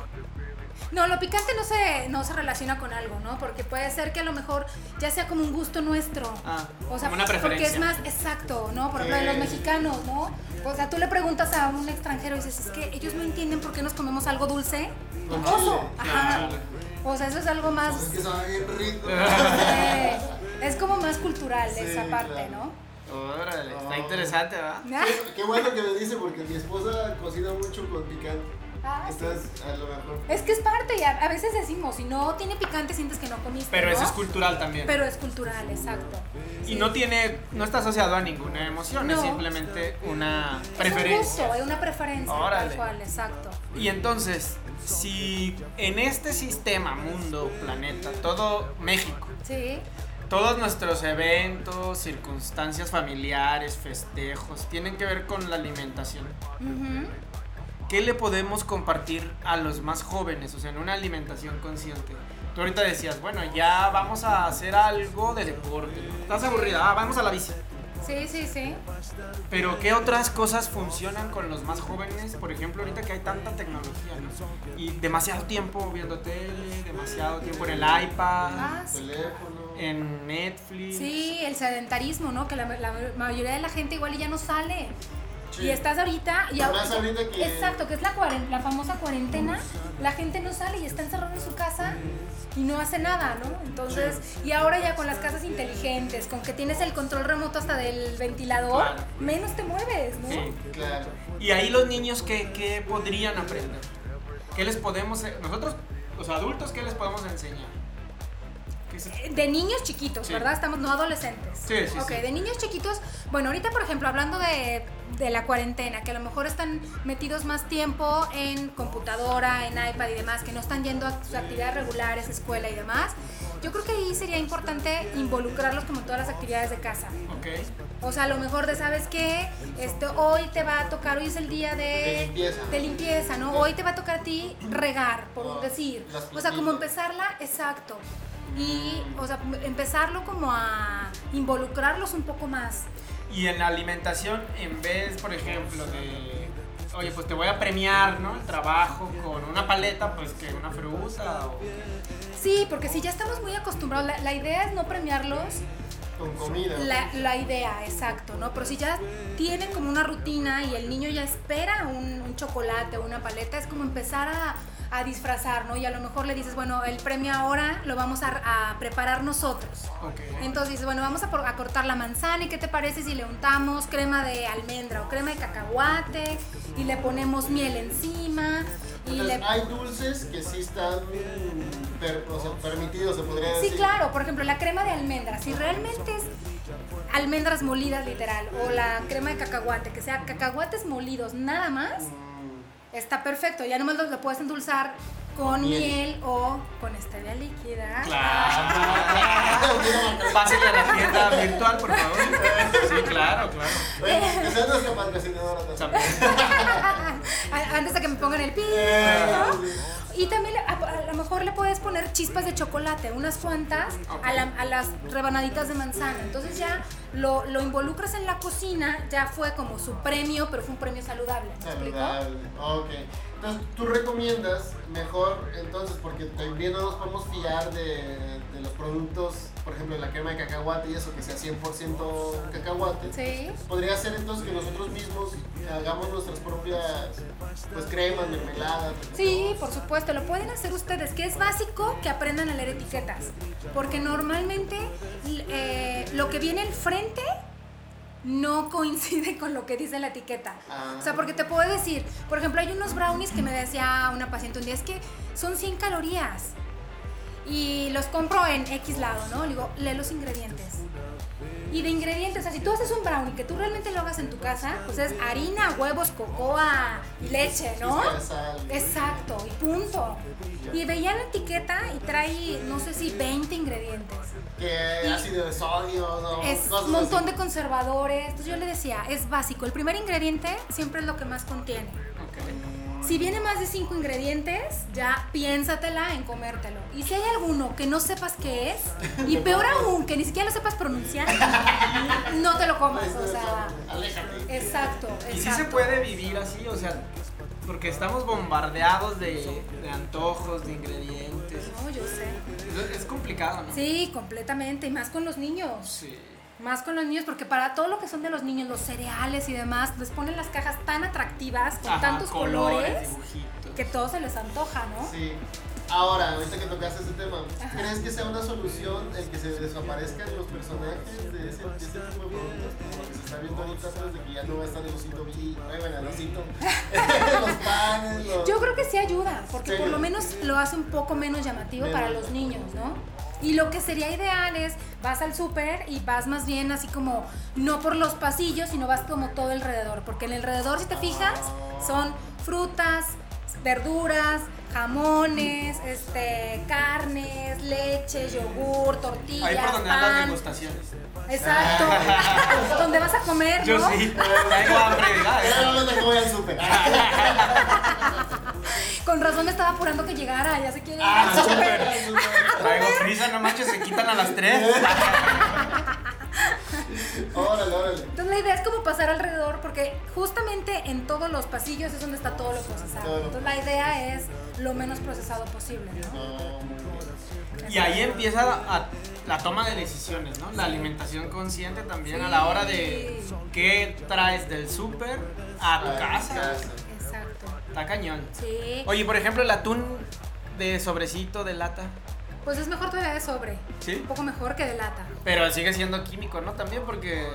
D: No, lo picante no se, no se relaciona con algo, ¿no? Porque puede ser que a lo mejor ya sea como un gusto nuestro.
C: Ah,
D: o sea,
C: como una
D: porque es
C: preferencia.
D: más exacto, ¿no? Por ejemplo, de los
B: Eh.
D: mexicanos, ¿no? O sea, tú le preguntas a un extranjero y dices, es que ellos no entienden por qué nos comemos algo dulce.
B: Con
D: Oso.
B: chile.
D: Ajá. O sea, eso es algo más.
B: Es que sabe bien rico.
D: eh, es como más cultural
B: Sí,
D: esa parte,
B: claro.
D: ¿no?
C: Órale, está interesante, ¿verdad?
B: Qué- Qué bueno que me dice porque mi esposa cocina mucho con picante.
D: Ah, sí.
B: Entonces, a lo mejor.
D: Es que es parte, y a, a veces decimos, si no tiene picante, sientes que no comiste.
C: Pero eso
D: ¿no?
C: es cultural también.
D: Pero es cultural, exacto.
C: y no tiene, no está asociado a ninguna emoción, es
D: No.
C: simplemente una
D: Es un
C: preferencia.
D: gusto, hay una preferencia,
C: Órale.
D: tal cual, exacto.
C: Y entonces, si en este sistema, mundo, planeta, todo México,
D: Sí,
C: todos nuestros eventos, circunstancias familiares, festejos, tienen que ver con la alimentación.
D: ujú.
C: ¿Qué le podemos compartir a los más jóvenes? O sea, en una alimentación consciente. Tú ahorita decías, bueno, ya vamos a hacer algo de deporte. Estás aburrida, ah, vamos a la bici.
D: sí, sí, sí.
C: Pero ¿qué otras cosas funcionan con los más jóvenes? Por ejemplo, ahorita que hay tanta tecnología, ¿no? Y demasiado tiempo viendo tele, demasiado tiempo en el iPad,
D: Ah, sí.
B: Teléfono.
C: en Netflix.
D: Sí, el sedentarismo, ¿no? Que la, la mayoría de la gente igual y ya no sale.
B: Sí.
D: Y estás ahorita y
B: Más ahorita que-
D: Exacto, que es la, cuaren- la famosa cuarentena, la gente no sale y está encerrada en su casa y no hace nada, ¿no? Entonces, y ahora ya con las casas inteligentes, con que tienes el control remoto hasta del ventilador,
C: Claro.
D: menos te mueves, ¿no?
C: Sí.
B: Claro.
C: Y ahí los niños, ¿qué, qué podrían aprender? ¿Qué les podemos, eh, nosotros, los adultos, qué les podemos enseñar? ¿Qué se-
D: De niños chiquitos,
C: Sí.
D: ¿verdad? Estamos no adolescentes.
C: Sí, sí,
D: Ok,
C: sí.
D: de niños chiquitos, bueno, ahorita por ejemplo, hablando de, de la cuarentena, que a lo mejor están metidos más tiempo en computadora, en iPad y demás, que no están yendo a sus actividades regulares, escuela y demás, yo creo que ahí sería importante involucrarlos como en todas las actividades de casa.
C: Ok.
D: O sea, a lo mejor de, ¿sabes qué? Este, hoy te va a tocar, hoy es el día de,
B: De limpieza.
D: de limpieza, ¿no? Hoy te va a tocar a ti regar, por un decir.
B: Las
D: O sea, como
B: plantitas.
D: empezarla, exacto. Y, o sea, empezarlo como a involucrarlos un poco más.
C: Y en la alimentación, en vez, por ejemplo, de, oye, pues te voy a premiar, ¿no? El trabajo con una paleta, pues que una fruta o...
D: Sí, porque si ya estamos muy acostumbrados, la, la idea es no premiarlos,
B: Con comida.
D: la, la idea, exacto, ¿no? Pero si ya tienen como una rutina y el niño ya espera un, un chocolate o una paleta, es como empezar a, a disfrazar, ¿no? Y a lo mejor le dices, bueno, el premio ahora lo vamos a, a preparar nosotros.
C: Ok.
D: Entonces dices, bueno, vamos a, por- a cortar la manzana y qué te parece si le untamos crema de almendra o crema de cacahuate y le ponemos miel encima y
B: Entonces,
D: le...
B: Hay dulces que sí están per- o sea, permitidos, se podría
D: Sí,
B: decir.
D: claro, por ejemplo, la crema de almendras, si realmente es almendras molidas literal o la crema de cacahuate, que sea cacahuates molidos nada más, está perfecto, ya nomás lo, lo puedes endulzar con miel.
B: Miel.
D: o con stevia líquida.
C: Claro. Pásenle a la tienda virtual, por favor. Sí, claro, claro.
B: Bueno, esa es nuestra patrocinadora también.
C: También.
D: A- Antes de que me pongan el pi.
B: Eh,
D: ¿no? Y también le- a, a lo mejor le puedes poner chispas de chocolate, unas cuantas, a, la- a las rebanaditas de manzana. Entonces ya lo, lo involucras en la cocina, ya fue como su premio, pero fue un premio saludable. ¿me explico?
B: Saludable. Ok. Entonces, tú recomiendas mejor, entonces, porque también no nos podemos fiar de, de los productos, por ejemplo, la crema de cacahuate y eso, que sea 100% cacahuate.
D: Sí.
B: Podría ser entonces que nosotros mismos hagamos nuestras propias pues, cremas, mermeladas.
D: Sí, por supuesto, lo pueden hacer ustedes, que es básico que aprendan a leer etiquetas, porque normalmente l- eh, lo que viene al frente no coincide con lo que dice la etiqueta.
B: Ah.
D: O sea, porque te puedo decir, por ejemplo, hay unos brownies que me decía una paciente un día, es que son 100 calorías y los compro en X lado, ¿no? Le digo, lee los ingredientes. Y de ingredientes, o sea, si tú haces un brownie que tú realmente lo hagas en tu casa,
B: Ah,
D: pues es harina, huevos, cocoa y leche, ¿no?
B: Pizca de sal.
D: Exacto, y punto. Y veía la etiqueta y trae, no sé si 20 ingredientes.
B: Que ácido de sodio, ¿no?
D: Es
B: Cosas
D: un montón
B: así.
D: de conservadores. Entonces yo le decía, es básico. El primer ingrediente siempre es lo que más contiene.
C: Ok.
D: Si viene más de 5 ingredientes, ya piénsatela en comértelo. Y si hay alguno que no sepas qué es, y peor aún, que ni siquiera lo sepas pronunciar, no te lo comas. O sea,
B: Aléjate.
D: exacto,
C: Y sí se
D: exacto.
C: puede vivir así, o sea, porque estamos bombardeados de, de antojos, de ingredientes.
D: No, yo sé.
C: Es, es complicado, ¿no?
D: Sí, completamente. Y más con los niños.
C: Sí.
D: Más con los niños, porque para todo lo que son de los niños, los cereales y demás, les ponen las cajas tan atractivas, con
C: Ajá,
D: tantos colores,
C: dibujitos.
D: que todo se les antoja, ¿no?
B: Sí. Ahora, ahorita que tocaste ese tema, ¿crees que sea una solución el que se desaparezcan los personajes de ese, de ese tipo de productos? Como lo que se está viendo ahorita, pues, de que ya no va a estar el osito Mickey, ay, bueno, el osito, los panes, los...
D: Yo creo que sí ayuda, porque
B: Sí.
D: por lo menos lo hace un poco menos llamativo
B: Menos.
D: para los niños, ¿no? Y lo que sería ideal es, vas al súper y vas más bien así como, no por los pasillos, sino vas como todo alrededor, porque en el alrededor, si te fijas, son frutas, verduras, jamones, este, carnes, leche, yogur, tortillas,
C: Ahí por donde andan las
D: pan.
C: degustaciones.
D: Exacto. donde vas a comer,
C: Yo
D: ¿no?
C: sí, tengo hambre.
B: Ah, Ya no
C: ¿verdad?
B: hablando de cómo voy al súper.
D: Con razón me estaba apurando que llegara, ya se quiere ir
B: Ah,
D: al
B: súper.
D: súper. Ah,
C: Traigo prisa, no manches, se quitan a las 3.
B: Órale, órale.
D: Entonces la idea es como pasar alrededor porque justamente en todos los pasillos es donde está todo lo
B: Todo
D: procesado.
B: lo
D: Entonces la idea es lo menos procesado posible, ¿no?
B: No, muy bien.
C: Y ahí empieza a- la toma de decisiones, ¿no? La alimentación consciente también a la hora de
D: Sí.
C: qué traes del súper, a tu
B: Ay,
C: casa.
D: Exacto.
C: Está cañón.
D: Sí.
C: Oye, por ejemplo, el atún de sobrecito de lata.
D: Pues es mejor todavía de sobre.
C: Sí.
D: Un poco mejor que de lata.
C: Pero sigue siendo químico, ¿no? También porque.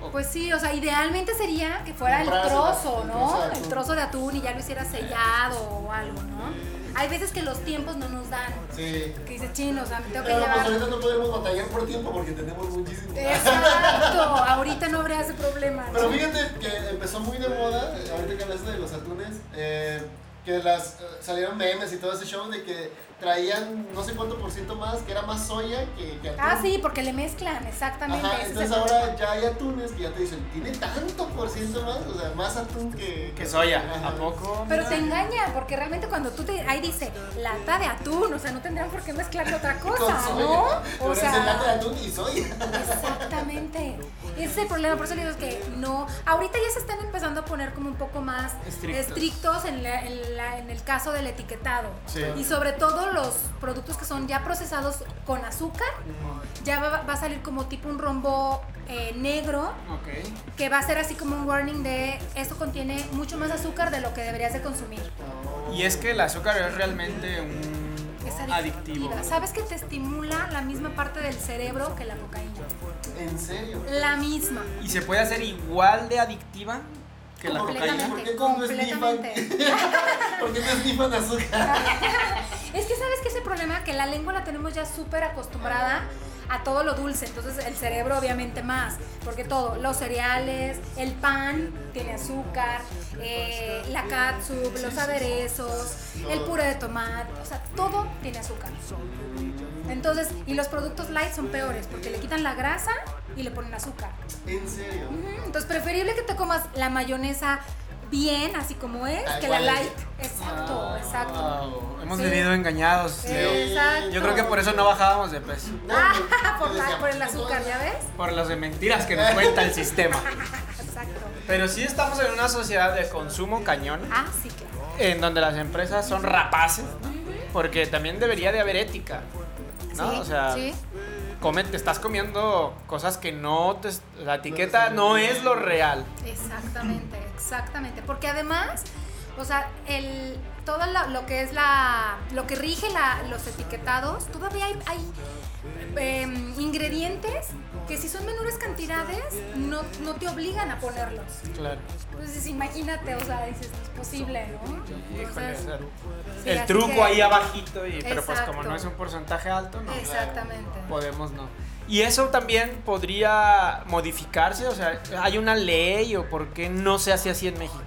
C: o-
D: Pues sí, o sea, idealmente sería que fuera el
B: Compras el
D: trozo,
B: atún,
D: ¿no?
B: el trozo de atún.
D: El trozo de atún y ya lo hiciera sellado o algo, ¿no? Hay veces que los tiempos no nos dan.
B: Sí.
D: Que dices, chinos, o sea, me tengo que
B: Pero pues
D: llevar.
B: ahorita no podemos batallar por tiempo porque tenemos muchísimo.
D: Exacto, ahorita no habría ese problema. ¿no?
B: Pero fíjate que empezó muy de moda, eh, ahorita que hablaste de los atunes, eh, que las eh, salieron memes y todo ese show de que traían no sé cuánto por ciento más, que era más soya que, que atún.
D: Ah, sí, porque le mezclan, exactamente.
B: Ajá,
D: ese es el
B: entonces ahora ya hay atunes que ya te dicen, tiene tanto por ciento más, o sea, más atún que...
C: Que soya.
B: Ajá.
C: ¿A poco?
D: Pero te engaña, porque realmente cuando tú te. Ahí dice lata de atún, o sea, no tendrán por qué mezclarle otra
B: Con
D: cosa,
B: soya.
D: ¿no? O
B: Ahora es el latte de
D: sea,
B: atún y soya.
D: exactamente. Ese es el problema, por eso le digo que no. Ahorita ya se están empezando a poner como un poco más
C: Estrictos.
D: estrictos, en, la- en la- en el caso del etiquetado.
B: Sí.
D: Y sobre todo los productos que son ya procesados con azúcar, ya va, va a salir como tipo un rombo eh, negro
C: Ok.
D: que va a ser así como un warning de esto contiene mucho más azúcar de lo que deberías de consumir.
C: Y es que el azúcar es realmente un
D: Es
C: adictivo.
D: adictiva. ¿Sabes que te estimula la misma parte del cerebro que la cocaína?
B: En serio.
D: La misma.
C: Y se puede hacer igual de adictiva que la
D: Completamente.
C: cocaína.
B: ¿Por qué cuando esnifan?
D: completamente.
B: ¿Por qué no esnifan azúcar?
D: Es que sabes que ese problema que la lengua la tenemos ya súper acostumbrada a todo lo dulce, entonces el cerebro obviamente más, porque todo, los cereales, el pan tiene azúcar, eh, la catsup, los aderezos, el puré de tomate, o sea, todo tiene azúcar. Entonces, y los productos light son peores, porque le quitan la grasa y le ponen azúcar.
B: En serio.
D: Ujú, Entonces, preferible que te comas la mayonesa bien, así como es,
B: Tal
D: que la
B: cual es.
D: light. Exacto, exacto.
C: Ah, Wow, Hemos
D: Sí.
C: vivido engañados.
B: Sí.
D: Exacto.
C: Yo creo que por eso no bajábamos de peso.
B: No,
D: Ah,
B: yo
D: por, la-
B: decía,
D: por el azúcar, ¿ya ves?
C: Por las de mentiras que nos cuenta el sistema.
D: Exacto.
C: Pero sí estamos en una sociedad de consumo cañón,
D: Ah, sí, claro.
C: en donde las empresas son rapaces, ¿no? porque también debería de haber ética. ¿no?
D: Sí,
C: o sea,
D: sí.
C: come- te estás comiendo cosas que no te, la etiqueta no es lo real.
D: Exactamente, exactamente. Porque además, o sea, el, todo lo, lo que es la. lo que rige la- los etiquetados, todavía hay, hay, em, ingredientes que si son menores cantidades, no, no te obligan a ponerlos.
C: Claro.
D: Entonces, imagínate, o sea, dices, no es posible, ¿no?
C: Híjole, o
D: Entonces,
C: sea,
D: sí,
C: el
D: así
C: truco
D: que-
C: ahí abajito, y, pero pues como
D: Exacto.
C: no es un porcentaje alto, no.
D: Exactamente.
C: Podemos no. Y eso también podría modificarse, o sea, ¿hay una ley o por qué no se hace así en México?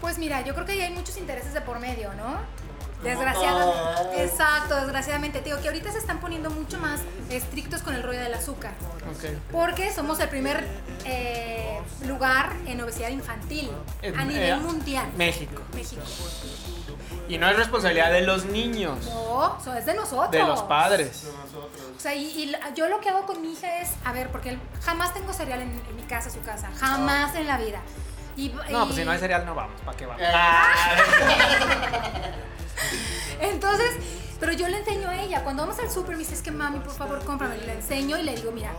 D: Pues mira, yo creo que ahí hay muchos intereses de por medio, ¿no?
B: Como todo.
D: Desgraciadamente. Exacto, desgraciadamente. Te digo que ahorita se están poniendo mucho más estrictos con el rollo del azúcar.
C: Okay.
D: Porque somos el primer eh, lugar en obesidad infantil a nivel mundial.
C: eh, México.
D: México.
C: Y no es responsabilidad de los niños,
D: No, eso es de nosotros.
C: de los padres.
B: nosotros.
D: O sea, y, y la- yo lo que hago con mi hija es, a ver, porque él- jamás tengo cereal en, en mi casa, su casa, jamás en la vida. Y,
C: No, pues
D: y- Ah.
C: si no hay cereal no vamos, ¿para qué vamos?
D: Entonces, pero yo le enseño a ella. Cuando vamos al súper, me dice, es que mami, por favor, cómprame. Y le enseño y le digo, mira,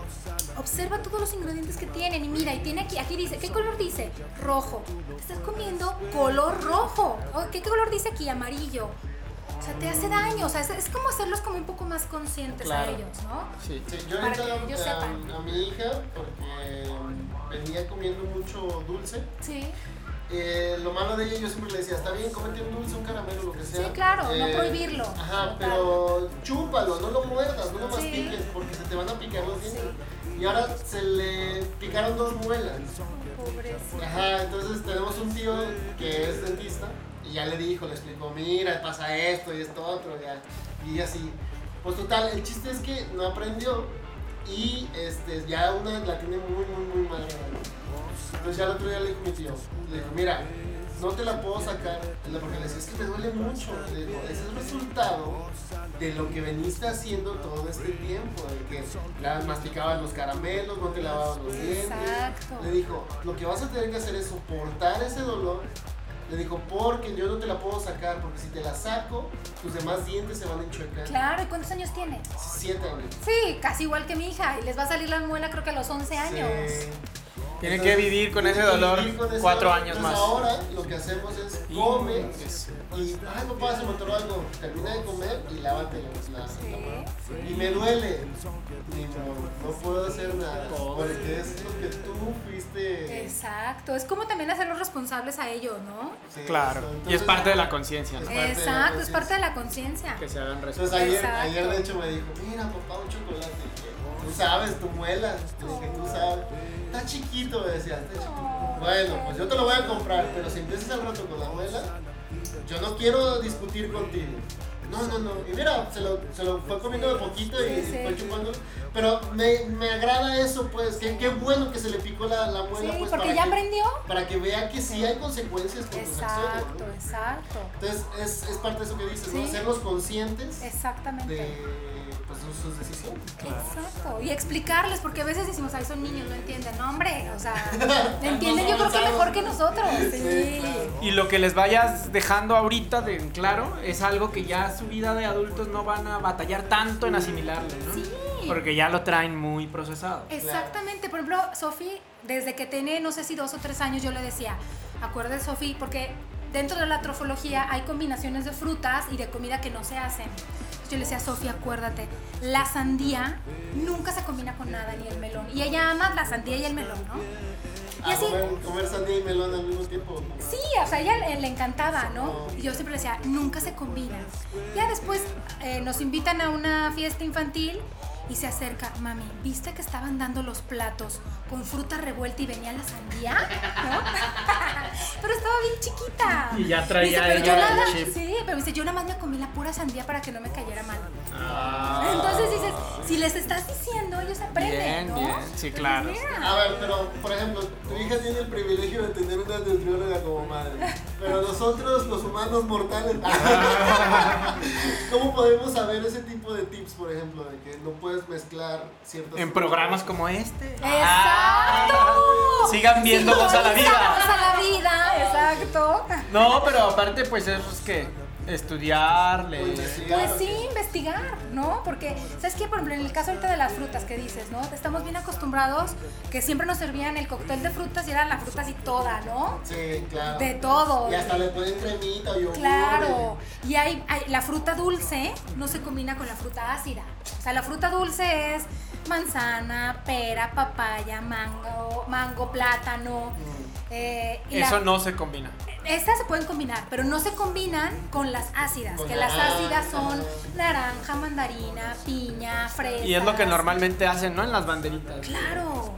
D: observa todos los ingredientes que tienen. Y mira, y tiene aquí, aquí dice, ¿qué color dice? Rojo. Te estás comiendo color rojo. O, ¿Qué color dice aquí? Amarillo. O sea, te hace daño. O sea, es, es como hacerlos como un poco más conscientes
C: Claro.
D: a ellos, ¿no?
C: Sí.
B: Sí, yo
D: Para
B: le
D: que ellos
B: a,
D: sepan.
B: a mi hija porque venía comiendo mucho dulce.
D: Sí.
B: Eh, lo malo de ella, yo siempre le decía, está bien, comete un dulce, un caramelo, lo que sea. Eh,
D: Sí, claro, no prohibirlo.
B: Ajá,
D: Total.
B: pero chúpalo, no lo muerdas, no lo
D: Sí.
B: mastiques, porque se te van a picar los dientes.
D: Sí.
B: Y ahora se le picaron dos muelas.
D: Oh, Pobrecito.
B: Ajá, entonces tenemos un tío que es dentista y ya le dijo, le explicó, mira, pasa esto y esto otro, ya. Y así. Pues total, el chiste es que no aprendió y este, ya una la tiene muy, muy, muy mal. Entonces ya el otro día le dijo mi tío, le dijo, mira, no te la puedo sacar, le- porque le decía, es que me duele mucho. Le dijo, ese es el resultado de lo que veniste haciendo todo este tiempo, de que la masticabas los caramelos, no te lavabas los dientes.
D: Exacto.
B: Le dijo, lo que vas a tener que hacer es soportar ese dolor. Le dijo, porque yo no te la puedo sacar, porque si te la saco, tus demás dientes se van a enchuecar.
D: Claro, ¿y cuántos años tiene?
B: Siete años.
D: Sí, casi igual que mi hija. Y les va a salir la muela creo que a los 11 años.
B: Sí.
C: Tiene que vivir con ese dolor
B: vivir con ese
C: cuatro
B: dolor.
C: años
B: Entonces,
C: más. pues,
B: Ahora lo que hacemos es come
C: Yes.
B: y, ay papá, se me atoró algo. Termina de comer y lávate la, la,
D: Sí,
B: la mano.
D: sí.
B: Y me duele. Ni modo, no puedo hacer nada. Porque es lo que tú fuiste.
D: Exacto, es como también hacerlos responsables a ellos, ¿no?
B: Sí,
C: Claro.
B: eso.
C: y es
B: Entonces,
C: parte de la conciencia, ¿no?
B: parte de la
D: Exacto, es
B: conciencia.
D: parte de la conciencia.
C: Que se hagan
B: Entonces
C: responsables.
B: ayer,
D: Exacto.
B: ayer de hecho me dijo, mira papá, un chocolate. Y dije, Tú sabes, tú muelas. Le dije,
D: Oh.
B: tú sabes. Está chiquito, me decía, está chiquito. Bueno, pues yo te lo voy a comprar, pero si empiezas al rato con la muela, yo no quiero discutir contigo. No, no, no. Y mira, se lo, se lo fue comiendo de poquito y
D: Sí, sí.
B: fue chupando. Pero me, me agrada eso, pues. que- Qué, bueno que se le picó la, la muela.
D: Sí,
B: pues,
D: porque
B: para
D: ya
B: que-
D: aprendió.
B: Para que vea que sí hay consecuencias con tus acciones.
D: Exacto,
B: ¿no?
D: exacto.
B: Entonces, es, es parte de eso que dices, ¿no?
D: Sí.
B: Hacerlos conscientes de
D: Exactamente.
B: pues, sus, sus decisiones.
D: Exacto. Y explicarles, porque a veces decimos, ay, son niños, no entienden. No, hombre, o sea, entienden yo creo que
B: avanzados.
D: mejor que nosotros.
B: Sí,
D: Sí.
B: claro.
C: Y lo que les vayas dejando ahorita de en claro es algo que ya su vida de adultos no van a batallar tanto en asimilarlo, ¿no?
D: Sí.
C: Porque ya lo traen muy procesado.
D: Exactamente. Por ejemplo, Sofi, desde que tiene, no sé si dos o tres años, yo le decía, acuérdate, Sofi, porque dentro de la trofología hay combinaciones de frutas y de comida que no se hacen. Yo le decía, Sofi, acuérdate, la sandía nunca se combina con nada, ni el melón. Y ella ama la sandía y el melón, ¿no? Y
B: Ah,
D: así,
B: comer, comer sandía y melón al mismo tiempo. ¿no?
D: Sí, o sea, a ella le, le encantaba, ¿no? Y yo siempre le decía, nunca se combinan. Ya después eh, nos invitan a una fiesta infantil y se acerca, mami, ¿viste que estaban dando los platos con fruta revuelta y venía la sandía? ¿No? pero estaba bien chiquita.
C: Y ya traía
D: Dice, pero
C: ella
D: yo
C: el
D: nada,
C: chip.
D: Sí, pero dice, yo nada más me comí la pura sandía para que no me cayera mal.
C: Ah.
D: Entonces dices, si les estás diciendo, ellos aprenden,
C: Bien,
D: ¿no?
C: bien, sí,
D: Entonces,
C: claro.
D: mira.
B: A ver, pero por ejemplo, tu hija tiene el privilegio de tener una nutrióloga como madre. Pero nosotros, los humanos mortales,
C: Ah.
B: ¿cómo podemos saber ese tipo de tips, por ejemplo, de que no puedes mezclar ciertas.
C: En programas como este.
D: ¡Exacto!
C: Ah, Sigan viendo Goza la Vida.
D: Goza la vida, exacto.
C: No, pero aparte, pues eso es que estudiarle.
D: Pues sí, investigar, ¿no? Porque, ¿sabes qué? Por ejemplo, en el caso ahorita de las frutas que dices, ¿no? Estamos bien acostumbrados que siempre nos servían el cóctel de frutas y eran la fruta así toda, ¿no?
B: Sí, claro.
D: De todo.
B: Y hasta le ponen cremita o yogur.
D: Claro. Y hay, hay- la fruta dulce no se combina con la fruta ácida. O sea, la fruta dulce es manzana, pera, papaya, mango, mango, plátano. eh, y la-
C: Eso no se combina.
D: Estas se pueden combinar, pero no se combinan con las ácidas,
B: Con
D: que
B: la-
D: las ácidas son naranja, mandarina, piña, fresa.
C: Y es lo que normalmente hacen, ¿no? En las banderitas.
D: Claro.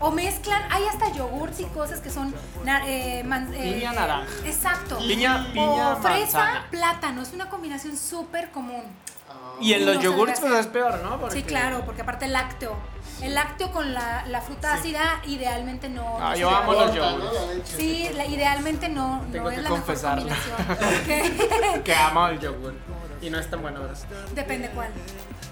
D: O mezclan, hay hasta yogurts y cosas que son na- eh, man- eh,
C: Piña, naranja.
D: Exacto.
C: Piña, piña,
D: o fresa,
C: manzana.
D: plátano, es una combinación súper común.
B: Ah.
C: Y en los
D: No se
C: yogurts
D: debe
C: pues es
D: hacer.
C: peor, ¿no? Porque-
D: Sí, claro, porque aparte el lácteo. El lácteo con la, la fruta ácida idealmente no.
C: Ah,
D: no
C: yo
D: se
C: amo
D: debe.
C: los
B: eh, Corta, ¿no?
C: yogures.
B: La leche.
D: Sí, la- idealmente no,
C: Tengo
D: no
C: que
D: es la
C: confesarlo.
D: mejor combinación. porque-
C: Que amo el yogur. Y no es tan bueno ahora.
D: Depende cuál.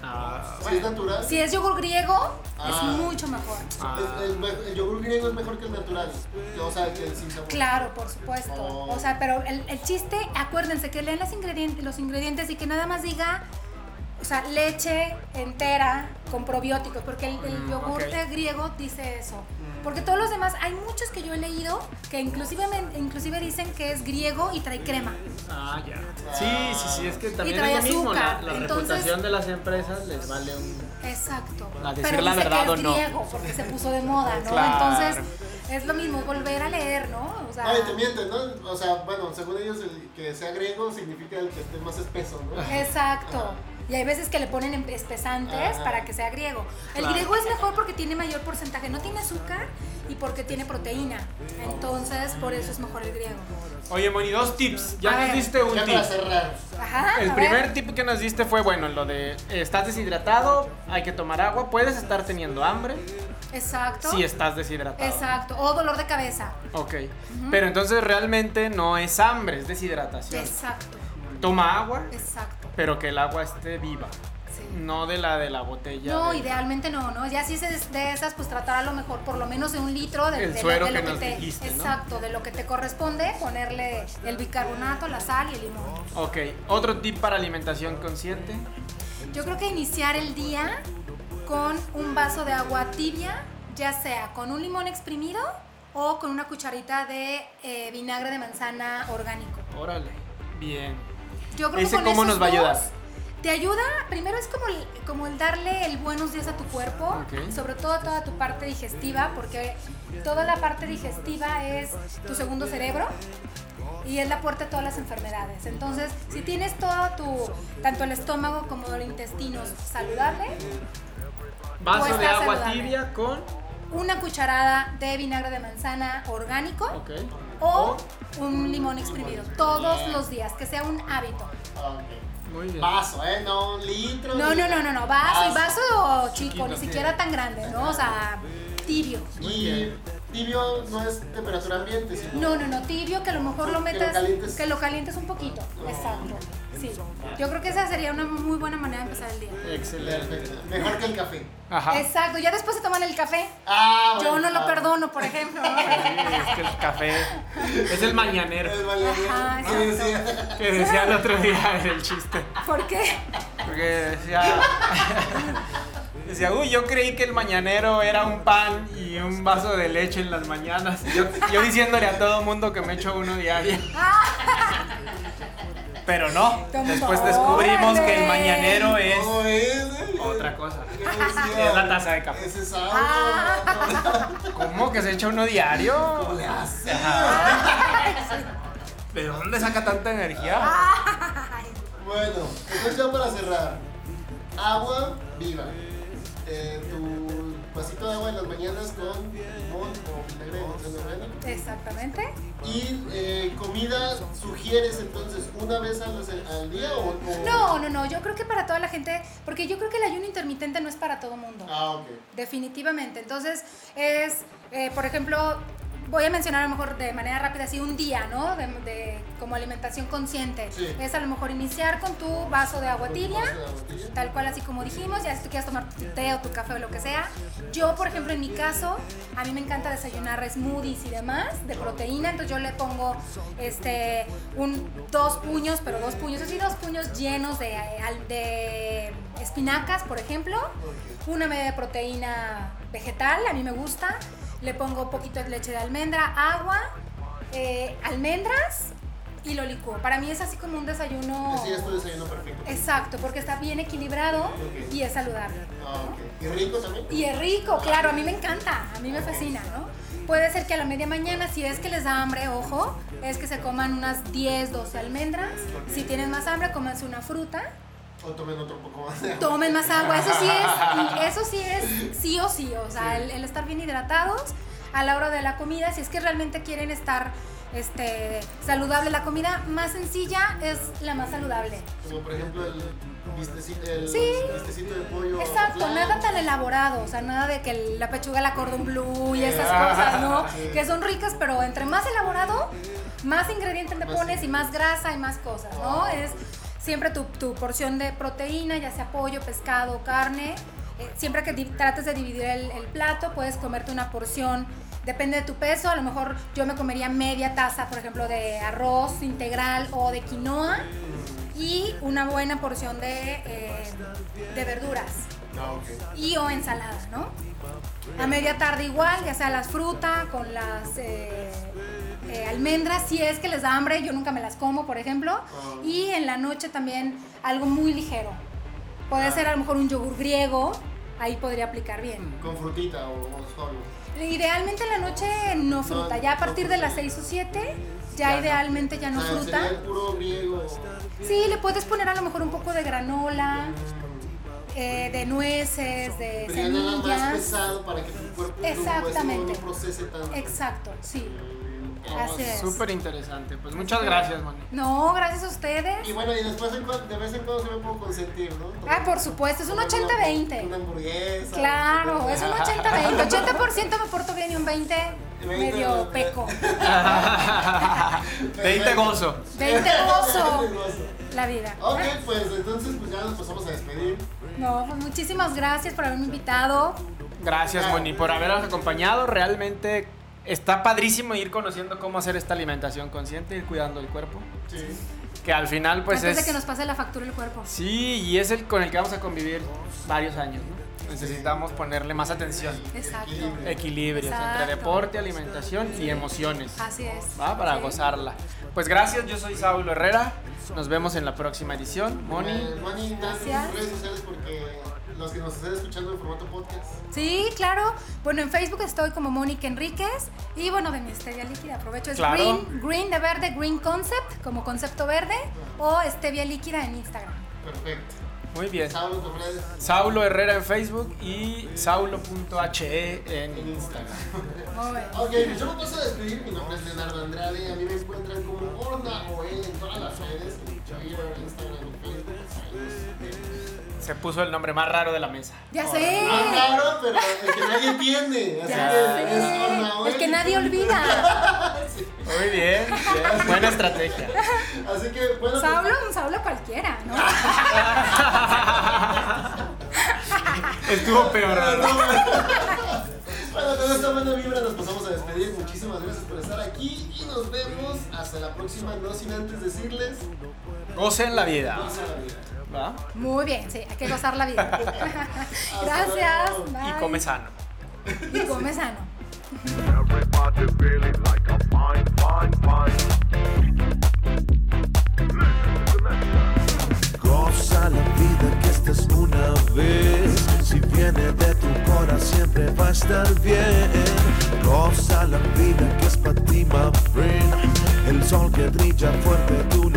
C: Ah,
B: Pues Sí, es natural.
D: Si es yogur griego,
B: Ah.
D: es mucho mejor.
C: ah.
B: El, el- el yogur griego es mejor que el natural. O sea, que el sin sabor.
D: Claro, por supuesto.
B: Oh.
D: O sea, pero el, el chiste, acuérdense que lean las ingredientes, los ingredientes y que nada más diga, o sea, leche entera con probióticos, porque el, el
C: Mm,
D: yogur
C: ok.
D: de griego dice eso. Porque todos los demás, hay muchos que yo he leído que inclusive, inclusive dicen que es griego y trae crema.
C: Ah, ya. Sí, sí, sí, es que también
D: trae
C: es lo mismo. La,
D: azúcar,
C: la
D: entonces-
C: reputación de las empresas les vale un.
D: Exacto.
C: A decir
D: Pero
C: la
D: dice
C: verdad
D: que
C: o
D: es
C: no.
D: griego porque se puso de moda, ¿no?
C: Claro.
D: Entonces es lo mismo volver a leer, ¿no? O sea,
B: Ay, te mienten, ¿no? O sea, bueno, según ellos, el que sea griego significa el que esté más espeso, ¿no?
D: exacto. Y hay veces que le ponen em- espesantes
B: Ajá.
D: para que sea griego. El
C: Ah. Claro.
D: griego es mejor porque tiene mayor porcentaje, no tiene azúcar y porque tiene proteína. Entonces, por eso es mejor el griego.
C: Oye, Moni, dos tips.
D: A
C: Ya nos
D: ver.
C: diste un
B: Ya
C: tip.
B: para cerrar.
D: Ajá.
C: El
D: a
C: primer
D: ver.
C: tip que nos diste fue, bueno, lo de eh, estás deshidratado, hay que tomar agua, puedes estar teniendo hambre
D: Exacto.
C: si estás deshidratado.
D: Exacto. O dolor de cabeza.
C: Ok. Pero entonces realmente no es hambre, es deshidratación.
D: Exacto.
C: Toma agua,
D: Exacto.
C: pero que el agua esté viva.
D: Sí.
C: No de la de la botella.
D: No,
C: de-
D: idealmente no, ¿no? Ya si es de- de esas, pues tratar a lo mejor por lo menos de un litro de,
C: El
D: de
C: suero
D: lo, de
C: que
D: lo
C: nos
D: te,
C: dijiste, ¿no?
D: Exacto, de lo que te corresponde, ponerle el bicarbonato, la sal y el limón.
C: Ok. Otro tip para alimentación consciente.
D: Yo creo que iniciar el día con un vaso de agua tibia ya sea con un limón exprimido o con una cucharita de eh, vinagre de manzana orgánico.
C: Órale, bien.
D: Yo creo
C: ¿Ese
D: que con
C: cómo
D: esos
C: nos va a ayudar?
D: dos Te ayuda, primero es como el, como el darle el buenos días a tu cuerpo,
C: Ok.
D: sobre todo a toda tu parte digestiva, porque toda la parte digestiva es tu segundo cerebro y es la puerta a todas las enfermedades. Entonces, si tienes todo tu, tanto el estómago como el intestino saludable,
C: Vaso
D: Pues
C: de
D: está
C: agua
D: saludable.
C: tibia con.
D: una cucharada de vinagre de manzana orgánico
C: Ok.
D: o un limón exprimido, todos los días, que sea un hábito.
B: Ah, Ok.
C: Muy bien.
B: Vaso, ¿eh? No, un litro.
D: No, no, no, no, no. Vaso, y vaso chico, ni
C: sí.
D: siquiera tan grande, ¿no? O sea, tibio.
C: Muy
B: Y
C: bien.
B: tibio no es temperatura ambiente, sino.
D: No, no, no, tibio, que a lo mejor lo
B: Que lo
D: metas,
B: calientes.
D: que lo calientes Ah, un poquito. Exacto. Sí. Yo creo que esa sería una muy buena manera de empezar el día.
C: Excelente.
B: Perfecto. Mejor que el café.
C: Ajá.
D: Exacto. Ya después se toman el café.
B: Ah,
D: Yo
B: bueno,
D: no
B: ah,
D: lo perdono, por ejemplo. ¿no?
C: Sí, es que el café es el mañanero
B: El valiente.
D: Ajá,
B: Sí, sí.
C: que decía el otro día en el chiste.
D: ¿Por qué?
C: Porque decía. Decía, uy, yo creí que el mañanero era un pan y un vaso de leche en las mañanas. Y Yo, yo diciéndole a todo mundo que me echo uno diario.
D: Ah,
C: Pero no,
D: Toma,
C: después descubrimos que el
D: órale.
C: mañanero es
B: No es. eh?
C: otra cosa.
B: Yo decía,
C: Es la taza de café.
B: Ese sábado.
D: Ah.
C: ¿Cómo que se echa uno diario?
B: ¿Cómo le hace?
C: ¿De dónde saca tanta energía?
D: Ah,
B: Bueno, entonces ya para cerrar. Agua viva. Eh, tu vasito de agua en las mañanas con limón o vinagre de manzana orgánica.
D: Exactamente.
B: Y eh, comida, ¿sugieres entonces una vez a la se- al día o, o-
D: No, no, no. Yo creo que para toda la gente, porque yo creo que el ayuno intermitente no es para todo mundo.
B: Ah, ok.
D: Definitivamente. Entonces, es, eh, por ejemplo, voy a mencionar a lo mejor de manera rápida, así un día, ¿no? De, de- como alimentación consciente.
B: Sí.
D: Es a lo mejor iniciar con tu vaso de agua tibia,
B: Vaso de agua tibia.
D: tal cual así como dijimos, ya si tú quieres tomar tu té o tu café o lo que sea. Yo, por ejemplo, en mi caso, a mí me encanta desayunar smoothies y demás de proteína, entonces yo le pongo este, un, dos puños, pero dos puños, así dos puños llenos de, eh, al- de espinacas, por ejemplo, una media de proteína vegetal, a mí me gusta, le pongo poquito de leche de almendra, agua, eh, almendras y lo licúo. Para mí es así como un desayuno...
B: Ese ya es tu desayuno perfecto.
D: Exacto, porque está bien equilibrado
B: Ok.
D: y es saludable.
B: Ah, ok. ¿Y rico también?
D: Y es rico, claro, a mí me encanta, a mí me fascina, ¿no? Puede ser que a la media mañana, si es que les da hambre, ojo, es que se coman unas 10, 12 almendras. Si tienen más hambre, cómanse una fruta.
B: O tomen otro poco más de agua.
D: Tomen más agua, eso sí es, y eso sí es sí o sí, o sea, el, el estar bien hidratados a la hora de la comida, si es que realmente quieren estar este, saludable la comida, más sencilla es la más saludable.
B: Como por ejemplo el bistecito, el
D: Sí.
B: bistecito de pollo.
D: Exacto,
B: flan.
D: nada tan elaborado, o sea, nada de que el- la pechuga la cordon blue y esas cosas, ¿no? Que son ricas, pero entre más elaborado, más ingredientes le
B: Más-
D: pones y más grasa y más cosas, ¿no? Es siempre tu, tu porción de proteína, ya sea pollo, pescado, carne. Eh, siempre que di- trates de dividir el, el plato, puedes comerte una porción, depende de tu peso, a lo mejor yo me comería media taza, por ejemplo, de arroz integral o de quinoa y una buena porción de, eh, de verduras
B: Ah, ok.
D: y o ensalada, ¿no? A media tarde igual, ya sea las frutas con las eh, eh, almendras, si es que les da hambre, yo nunca me las como, por ejemplo. Y en la noche también algo muy ligero. Puede ser a lo mejor un yogur griego, ahí podría aplicar bien.
B: Con frutita o, o solo.
D: Idealmente en la noche no fruta, ya a partir de las 6 o 7, ya idealmente ya no
B: O sea,
D: fruta.
B: sería el puro griego.
D: Sí, le puedes poner a lo mejor un poco de granola, eh, de nueces, de
B: Pero ya nada más
D: semillas.
B: pesado para que tu cuerpo tu
D: Exactamente.
B: hueso no procese tanto.
D: Exacto, sí.
B: Ah,
D: Así es.
C: Súper interesante. Pues muchas gracias, Moni.
D: No, gracias a
B: Y
D: ustedes.
B: bueno, y después en cuan- de vez en cuando se me puedo consentir, ¿no?
D: Ah, por supuesto, es un
B: Comer una- Una
D: 80-20.
B: hamburguesa.
D: Claro, es un 80-20. 80% me porto bien y un 20 medio peco.
C: 20 gozo.
D: 20 gozo
B: 20 gozo.
D: la vida.
B: Ok, pues entonces pues ya nos pasamos a despedir.
D: No, pues muchísimas gracias por haberme invitado.
C: Gracias, Moni, por habernos acompañado. Realmente está padrísimo ir conociendo cómo hacer esta alimentación consciente, ir cuidando el cuerpo.
B: Sí.
C: Que al final, pues
D: Antes de
C: es.
D: que nos pase la factura el cuerpo.
C: Sí, y es el con el que vamos a convivir varios años, ¿no? necesitamos ponerle más atención.
D: Exacto.
C: Equilibrios
D: Exacto.
C: entre deporte, alimentación y emociones.
D: Así es.
C: ¿va? Ah, Para
D: Sí.
C: gozarla. Pues gracias, yo soy Saulo Herrera. Nos vemos en la próxima edición. Moni,
B: Eh, Moni, dame tus
D: Gracias.
B: redes sociales porque los que nos estén escuchando en formato podcast.
D: Sí, claro. Bueno, en Facebook estoy como Mónica Enríquez y bueno, de mi stevia líquida aprovecho es
C: Claro.
D: green, green de verde, green concept como concepto verde o stevia líquida en Instagram.
B: Perfecto.
C: muy bien.
B: Sábado tus redes
C: Saulo Herrera en Facebook y saulo.he
B: en
C: E en
B: Instagram.
D: Muy bien.
B: Ok, yo me paso a despedir. Mi nombre es Leonardo Andrade. A mí me encuentran como Orna o él en todas las redes: en Twitter, Instagram, Facebook.
C: Se puso el nombre más raro de la mesa.
D: Ya sé.
B: Ah, claro, pero el que nadie entiende. Así
D: Ya
B: que es
D: sé.
B: Orna o
D: El que
B: él.
D: nadie olvida.
C: Muy bien, bien. buena estrategia.
B: Así que, bueno. pues,
D: Saulo, un Saulo cualquiera, ¿no?
C: Estuvo peor, ¿verdad?
B: Bueno, con esta buena vibra nos pasamos a despedir. Muchísimas gracias por estar aquí y nos vemos hasta la próxima. No sin antes decirles:
C: Gocen la vida.
B: pasa la vida.
C: ¿va?
D: Muy bien, sí, hay que gozar la vida. Gracias.
B: luego.
C: Y
D: bye.
C: come sano.
D: Y come sano.
A: Everybody really like a fine, fine, fine. Goza la vida que esta es una vez. Si viene de tu corazón siempre va a estar bien. Goza la vida que es para ti, my friend. El sol que brilla fuerte, tú no